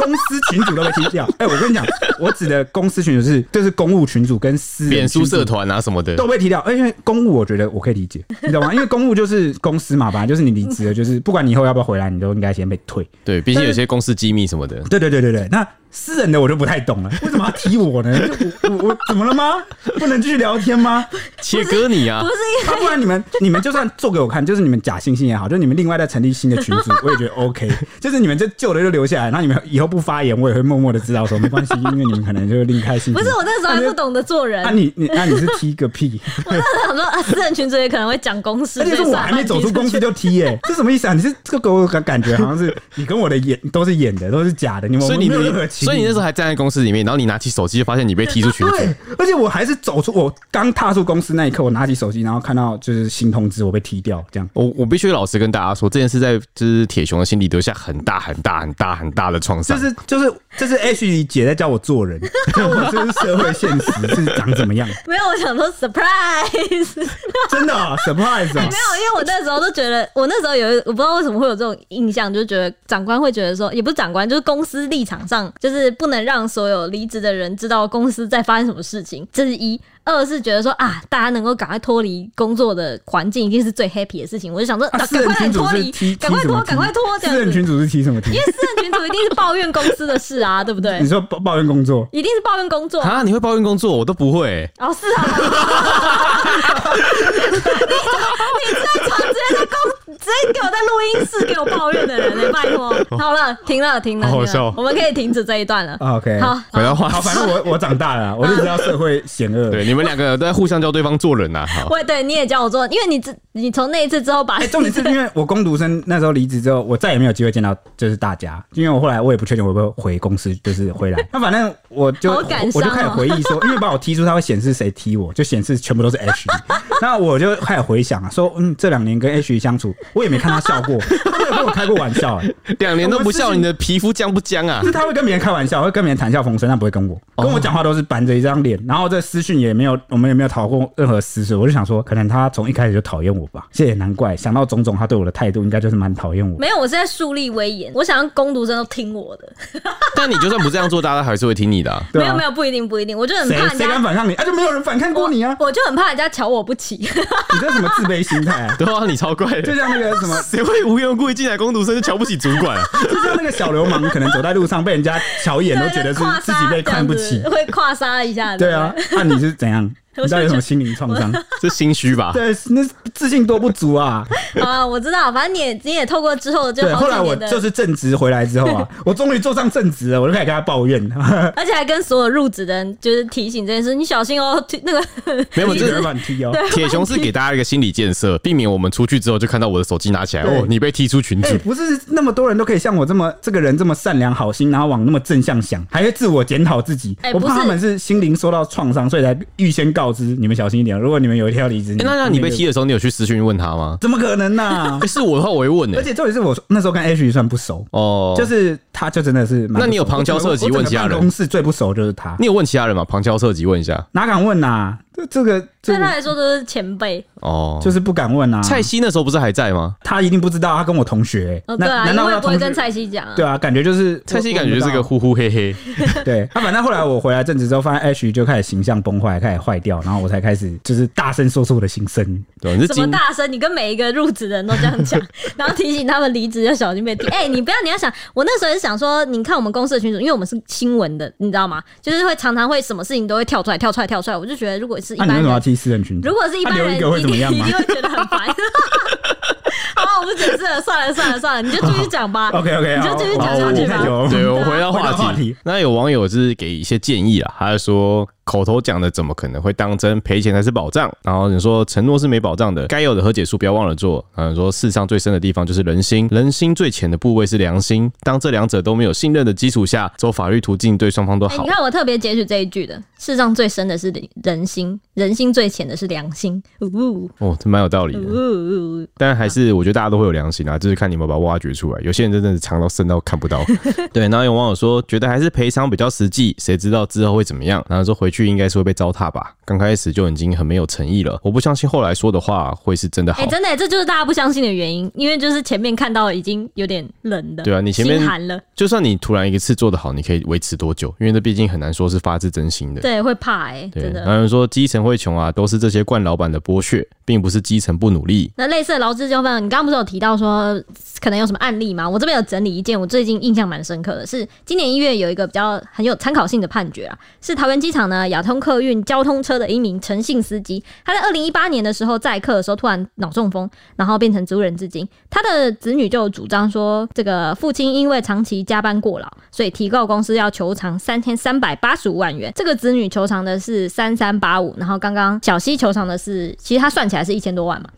S2: 公司群主都被踢掉，哎、我跟你讲，我指的公司群主是就是公务群主跟私人
S3: 脸
S2: 群
S3: 书
S2: 组
S3: 社团啊什么的，
S2: 都被踢掉。哎因为公务，我觉得我可以理解，你懂吗？因为公务就是公司嘛，本来就是你离职了，就是不管你以后要不要回来，你都应该先被退。
S3: 对，毕竟有些公司机密什么的。
S2: 对对对对对，那私人的我就不太懂了，为什么要踢我呢？我我我怎么了吗？不能继续聊天吗？
S3: 切割你啊
S1: 不！是
S2: 啊、不然你们你们就算做给我看，就是你们假惺惺也好，就是你们另外再成立新的群组，我也觉得 OK。就是你们这旧的就留下来，然后你们以后不发言，我也会默默的知道说没关系，因为你们可能就另开新
S1: 不
S2: 组
S1: 是，我那时候还不懂得做人
S2: 啊，，你你那、你是踢个屁！
S1: 我那时候想说啊，私人群主也可能会讲公事，
S2: 而且是
S1: 所以
S2: 我
S1: 算了
S2: 还没走出公司就踢耶、
S1: [LAUGHS]
S2: 这什么意思啊？你是这个给我感感觉好像是你跟我的演都是演的，都是假的，你们
S3: 所以你
S2: 我们没有任何
S3: 你
S2: 情
S3: 所以你那时
S2: 候
S3: 候还站在公司里面，然后你拿起手机就发现你被踢出群组，
S2: 对，而且我还是走出我刚踏出公司那一刻，我拿起手机，然后看到就是新通知我被踢掉，这样
S3: 我我必须老实跟大家说，这件事在就是铁熊的心里留下很大很大很大很大的创
S2: 就
S3: 伤。
S2: 是就是这是 H 姐在教我
S1: [LAUGHS]
S2: 做人，教我这是社会现实是长怎么样，
S1: 没有，我想说 surprise。
S2: [LAUGHS] 真的、啊、surprise 啊
S1: 没！有，因为我那时候都觉得，我那时候有一，我不知道为什么会有这种印象，就觉得长官会觉得说，也不是长官，就是公司立场上，就是不能让所有离职的人知道公司在发生什么事情，这是一。二是觉得说啊，大家能够赶快脱离工作的环境，一定是最 happy 的事情。我就想说，
S2: 啊，
S1: 啊
S2: 私
S1: 赶
S2: 人
S1: 快
S2: 群
S1: 点
S2: 主
S1: 脱
S2: 是
S1: 离
S2: 踢，踢
S1: 赶快
S2: 什
S1: 脱
S2: 么，
S1: 赶快脱，这
S2: 私
S1: 样
S2: 人
S1: 子。
S2: 群主是踢什么踢
S1: 因？为私人群主一定是抱怨公司的事
S2: [LAUGHS]
S1: 啊，对不对
S2: 你？说抱抱怨工作，
S1: 一定是抱怨工作啊
S3: 啊，你会抱怨工作，我都不会、
S1: 哦，是啊， [LAUGHS] 你你最常直接在公直接给我在录音室给我抱怨的人呢、拜托，好了，停了，停了，
S3: 好好
S1: 停了
S3: 笑
S1: 我们可以停止这一段了。
S2: 啊 OK
S1: 好，
S3: 回到话
S2: 哎好，
S3: 题
S2: 反，正我 [LAUGHS] 我长大了啊，我就知道社会险恶。
S3: 对，你们两个都在互相教对方做人呐、啊。好，
S1: 我对你也教我做，因为你自你从那一次之后把，
S2: 哎、重点是因为我攻读生那时候离职之后，我再也没有机会见到就是大家，因为我后来我也不确定我会不会回公司，就是回
S1: [LAUGHS]
S2: 来。那反正我就、
S1: 好感伤哦
S2: 我就开始回忆说，因为把我踢出，它会显示谁踢我，就显示全部都是 H。那我就开始回想啊，说嗯，这两年跟 H 相处，我也没看他笑过，他没有跟我开过玩笑、哎，
S3: 两年都不笑，你的皮肤僵不僵啊
S2: 就？是他会跟别人开玩笑，会跟别人谈笑风生，但不会跟我，
S3: 哦
S2: 跟我讲话都是板着一张脸，然后这私讯也没有，我们也没有讨过任何私事。我就想说，可能他从一开始就讨厌我吧，这也难怪。想到种种他对我的态度，应该就是蛮讨厌我
S1: [LAUGHS]
S2: 的。
S1: 没有，我是在树立威严，我想让攻读生都听我的。
S3: 但你就算不这样做，大家还是会听你的、啊。
S2: 对
S1: 没
S2: 啊
S1: 有没有，不一定不一定，我就很
S2: 谁
S1: 怕人
S2: 谁敢
S1: 家，
S2: 反抗你？啊，就没有人反抗过你啊！
S1: 我就很怕人家瞧我不起。
S2: 你这什么自卑心态 [LAUGHS] 啊？
S3: 对啊，你超怪
S2: 就
S3: 的。
S2: 像那个什么， [LAUGHS]
S3: 谁会无缘无故一进来攻读生就瞧不起主管、啊？
S2: 就像那个小流氓，可能走在路上被
S1: [LAUGHS]
S2: 人家瞧一眼，都觉得是自己被看不起啊
S1: 对。会跨杀一下。
S2: 对啊，那你是怎样？
S1: 我
S2: 你
S1: 就
S2: 到底有什
S1: 觉
S2: 么心灵创伤？
S3: 这心虚吧？
S2: 对，那自信多不足啊！
S1: 得啊，我知道，反正你也你也透过之后就
S2: 对，
S1: 好
S2: 后
S1: 几
S2: 来我
S1: 年的，
S2: 就是正职回来之后啊，我终于坐上正职了，我就开始跟他抱怨，
S1: 而且还跟所有入职的人就是提醒这件事，你小心哦，那个
S2: [LAUGHS]
S3: 没有，
S2: 我
S3: 这
S2: 就是
S3: 是
S2: 乱踢哦。
S3: [LAUGHS] 铁熊是给大家一个心理建设，避免我们出去之后就看到我的手机拿起来，
S2: 对
S3: 哦，你被踢出群
S2: 哎、
S3: 组。
S2: 不是那么多人都可以像我这么这个人这么善良好心，然后往那么正向想，还会自我检讨自己。
S1: 哎
S2: 我
S1: 不
S2: 怕
S1: 是
S2: 他们是心灵受到创伤，所以才预先告知你们小心一点。如果你们有一天要离职，
S3: 哎那那你被踢的时候，你有去私讯问他吗？
S2: 怎么可能呢、啊
S3: [LAUGHS] 哎，？是我的话，我会问
S2: 而
S3: 诶。
S2: 且重点是我那时候跟 H 算不熟，
S3: 哦，
S2: 就。是他就真的是蛮不熟的。
S3: 那你有旁敲侧击
S2: 我整个
S3: 问其他
S2: 我
S3: 人
S2: 整个办公室最不熟就是他，
S3: 你有问其他人吗？旁敲侧击问一下
S2: 哪敢问呐、啊？这这个
S1: [LAUGHS]
S2: 这
S1: 对他
S2: 个
S1: 来说都是前辈。
S3: 哦。
S2: 就是不敢问啊。
S3: 蔡西那时候不是还在吗？
S2: 他一定不知道，他跟我同学、
S1: 哦，
S2: 那
S1: 对啊，
S2: 难
S1: 因
S2: 道
S1: 为
S2: 他
S1: 不
S2: 同
S1: 会
S2: 学
S1: 跟蔡西讲啊。
S2: 对啊，感觉就是
S3: 蔡西
S2: 我
S3: 感觉是个呼呼嘿嘿，
S2: 对，他、反正后来我回来正职之后，发现 H 就开始形象崩坏，开始坏掉，然后我才开始就是大声说出我的心声。
S3: 对，你是
S1: 什么
S3: 经
S1: 大声？你跟每一个入职的人都这样讲， [LAUGHS] 然后提醒他们离职要小心被踢。哎、你不要，你要想，我那时候也是想说，你看我们公司的群主，因为我们是新闻的，你知道吗？就是会常常会什么事情都会跳出来，跳出来，跳出来。我就觉得，如果是一
S2: 那、
S1: 般
S2: 啊
S1: 人，
S2: 你为什么要踢私人群组？
S1: 如果是一般
S2: 啊留
S1: 人，
S2: 一个会
S1: 一
S2: 怎
S1: 定
S2: 么样
S1: 一
S2: 吗
S1: 定会 [LAUGHS] 觉得很烦。好吧，我不解释了，算了算了算了，你就继续讲吧。
S2: OK OK，
S1: 你就继续讲下去吧
S2: 哦
S3: 对，我回到
S2: 回到
S3: 话
S2: 话
S3: 题
S2: 题。
S3: 那有网友是给一些建议啊，他就说口头讲的怎么可能会当真？赔钱才是保障。然后你说承诺是没保障的，该有的和解书不要忘了做。嗯，说世上最深的地方就是人心，人心最浅的部位是良心。当这两者都没有信任的基础下，走法律途径对双方都
S1: 哎、
S3: 好
S1: 你。看我特别截取这一句的，世上最深的是人心，人心最浅的是良心。呜呜
S3: 哦，这蛮有道理
S1: 呜
S3: 的。
S1: 呜，呜
S3: 但还是我觉得大家都会有良心啊，就是看你们把它挖掘出来。有些人真的是藏到深到看不 [LAUGHS] 到。对，然后有网友说，觉得还是赔偿比较实际，谁知道之后会怎么样？然后说回去应该是会被糟蹋吧，刚开始就已经很没有诚意了。我不相信后来说的话会是真的好。
S1: 哎、真的、这就是大家不相信的原因，因为就是前面看到已经有点冷的，
S3: 对啊你前面
S1: 心寒了，
S3: 就算你突然一次做得好，你可以维持多久？因为这毕竟很难说是发自真心的。
S1: 对，会怕哎、
S3: 对，
S1: 真
S3: 然
S1: 的。
S3: 后有人说基层会穷啊，都是这些惯老板的剥削，并不是基层不努力。
S1: 那类似的劳资纠纷，你刚刚不是有提到说可能有什么案例吗？我这边有整理一件，我最近印象蛮深刻的是，今年一月有一个比较很有参考性的判决啊，是桃园机场呢亚通客运交通车的一名诚信司机，他在二零一八年的时候载客的时候突然脑中风，然后变成植物人至今。他的子女就主张说，这个父亲因为长期加班过劳，所以提告公司要求偿三千三百八十五万元。这个子女求偿的是三三八五，然后刚刚小西求偿的是，其实他算起来是一千多万嘛。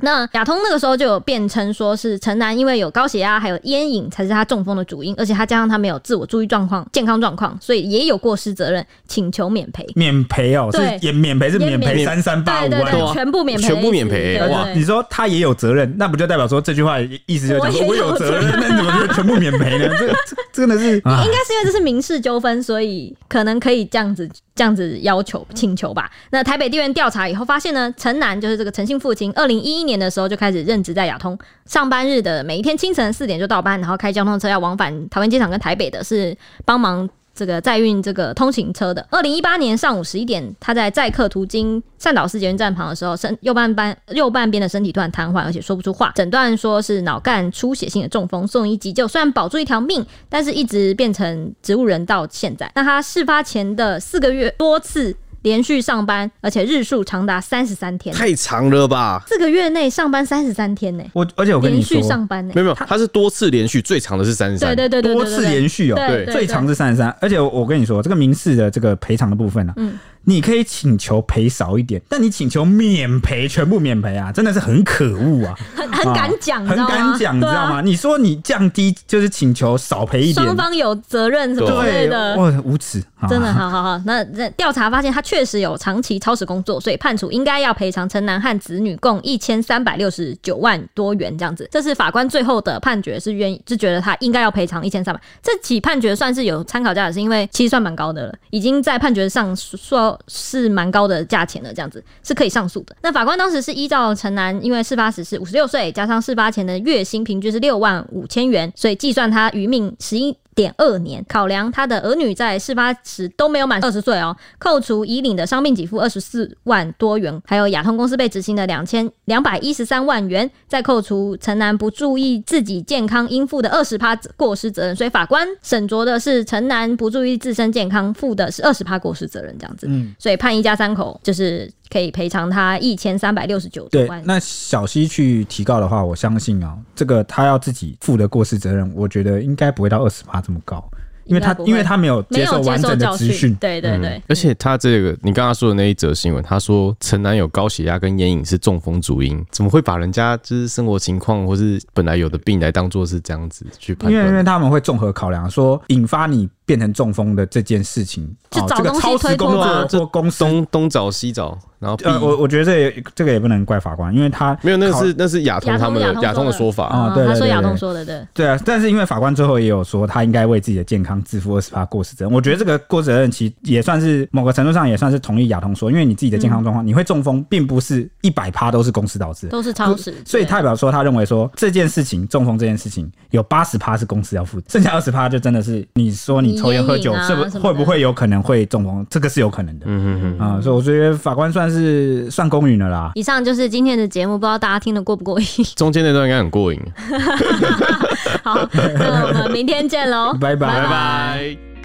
S1: 那亚通那个时候就有辩称说是陈南因为有高血压还有烟瘾才是他中风的主因，而且他加上他没有自我注意状况、健康状况，所以也有过失责任，请求免赔。
S2: 免赔哦，
S1: 对
S2: 是也免赔是
S1: 也
S2: 免赔
S1: 免
S2: 三三八
S1: 对
S2: 五
S1: 对
S2: 万。
S1: 对，
S3: 对
S1: 全部免赔的意思，
S3: 啊全部免赔
S1: 对
S3: 哇
S1: 对
S2: 你说他也有责任，那不就代表说这句话意思就是讲说
S1: 我
S2: 我
S1: 也有
S2: 有
S1: 责
S2: 责
S1: 任
S2: 任，那怎么就全部免赔呢？这这真的是啊
S1: 应该是因为这是民事纠纷，所以可能可以这样子这样子要求请求吧。那台北地院调查以后发现呢，陈南就是这个陈姓父亲，二零一一年的时候就开始任职在亚通，上班日的每一天清晨四点就到班，然后开交通车要往返桃园机场跟台北的，是帮忙。这个载运这个通勤车的，二零一八年上午十一点，他在载客途经善导市捷运站旁的时候，身右半半右半边的身体突然瘫痪，而且说不出话，诊断说是脑干出血性的中风，送医急救，虽然保住一条命，但是一直变成植物人到现在。那他事发前的四个月多次连续上班，而且日数长达三十三天，
S3: 太长了吧？
S1: 四个月内上班三十三天呢、
S2: 我而且我跟
S1: 连
S2: 你说
S1: 续，上班呢、
S3: 没有没有，他是多次连续，最长的是三十
S1: 对
S3: 三。
S1: 对对对对对
S2: 多次连续哦，
S1: 对
S3: 对
S2: 最长是三十三，而且我我跟你说，这个民事的这个赔偿的部分呢、啊，
S1: 嗯
S2: 你可以请求赔少一点，但你请求免赔，全部免赔啊，真的是很可
S1: [LAUGHS]
S2: 恶啊，
S1: 很很敢讲，你
S2: 很
S1: 知道吗
S2: 敢讲，你知
S1: 对啊
S2: 道吗？你说你降低就是请求少赔一点
S1: 双，方有责任什么之类
S2: 对，
S1: 的。
S2: 哇，无耻，啊
S1: 真的，好好好。那那调查发现，他确实有长期超时工作，所以判处应该要赔偿陈南和子女共一千三百六十九万多元这样子。这是法官最后的判决，是愿意是觉得他应该要赔偿一千三百。这起判决算是有参考价值，是因为其实算蛮高的了，已经在判决上说是蛮高的价钱了，这样子是可以上诉的。那法官当时是依照陈南，因为事发时是五十六岁，加上事发前的月薪平均是六万五千元，所以计算他余命十一点二年，考量他的儿女在事发时都没有满二十岁哦，扣除已领的伤病给付二十四万多元，还有亚通公司被执行的两千两百一十三万元，再扣除陈南不注意自己健康应负的二十趴过失责任，所以法官审酌的是陈南不注意自身健康负的是二十趴过失责任这样子，
S2: 嗯
S1: 所以判一家三口就是可以赔偿他一千三百六十九
S2: 对
S1: 万，。
S2: 那小西去提告的话，我相信啊、这个他要自己负的过失责任，我觉得应该不会到二十八这么高，因
S1: 应
S2: 为
S1: 该
S2: 他
S1: 不会
S2: 因为他没有
S1: 没
S2: 接
S1: 有
S2: 受
S1: 接
S2: 完
S1: 受
S2: 整的
S1: 教
S2: 资
S1: 训，
S2: 讯，
S1: 对对对
S3: 嗯，而且他这个你刚刚说的那一则新闻，他说陈男友高血压跟烟瘾是中风主因，怎么会把人家就是生活情况或是本来有的病来当做是这样子去判
S2: 因为因为
S3: 断？
S2: 他们会综合考量，说引发你变成中风的这件事情，
S1: 就
S2: 哦
S1: 找
S2: 这个
S1: 东西
S2: 超时
S1: 推脱
S2: 工
S1: 啊
S2: 作或公司
S3: 东东找西找，然后避
S2: 呃，我我觉得这也这个也不能怪法官，因为他
S3: 嗯没有，那是那是亚通
S1: 亚
S3: 他们的
S1: 通
S3: 亚通的
S1: 亚通说
S3: 说
S1: 的
S3: 法。
S2: 啊对对
S1: 嗯他说
S2: 对
S1: 亚
S2: 对
S1: 东说的对。
S2: 对啊，但是因为法官最后也有说，他应该为自己的健康自负二十八过失责任。我觉得这个过失责任其实也算是某个程度上也算是同意亚彤说，因为你自己的健康状况，你会中风，并不是一百趴都是公司导致的。
S1: 都是超时，
S2: 所以
S1: 对
S2: 代表说，他认为说这件事情中风这件事情有八十趴是公司要负，剩下二十趴就真的是你说你抽烟喝酒
S1: 你烟瘾啊
S2: 是不
S1: 什么的
S2: 会不会有可能会中风，这个是有可能的。
S3: 嗯嗯嗯，
S2: 啊、所以我觉得法官算是算公允了啦。
S1: 以上就是今天的节目，不知道大家听得过不过瘾。
S3: 中间那段应该很过瘾。
S1: 好，那我们明天见喽，
S2: 拜拜
S3: 拜拜。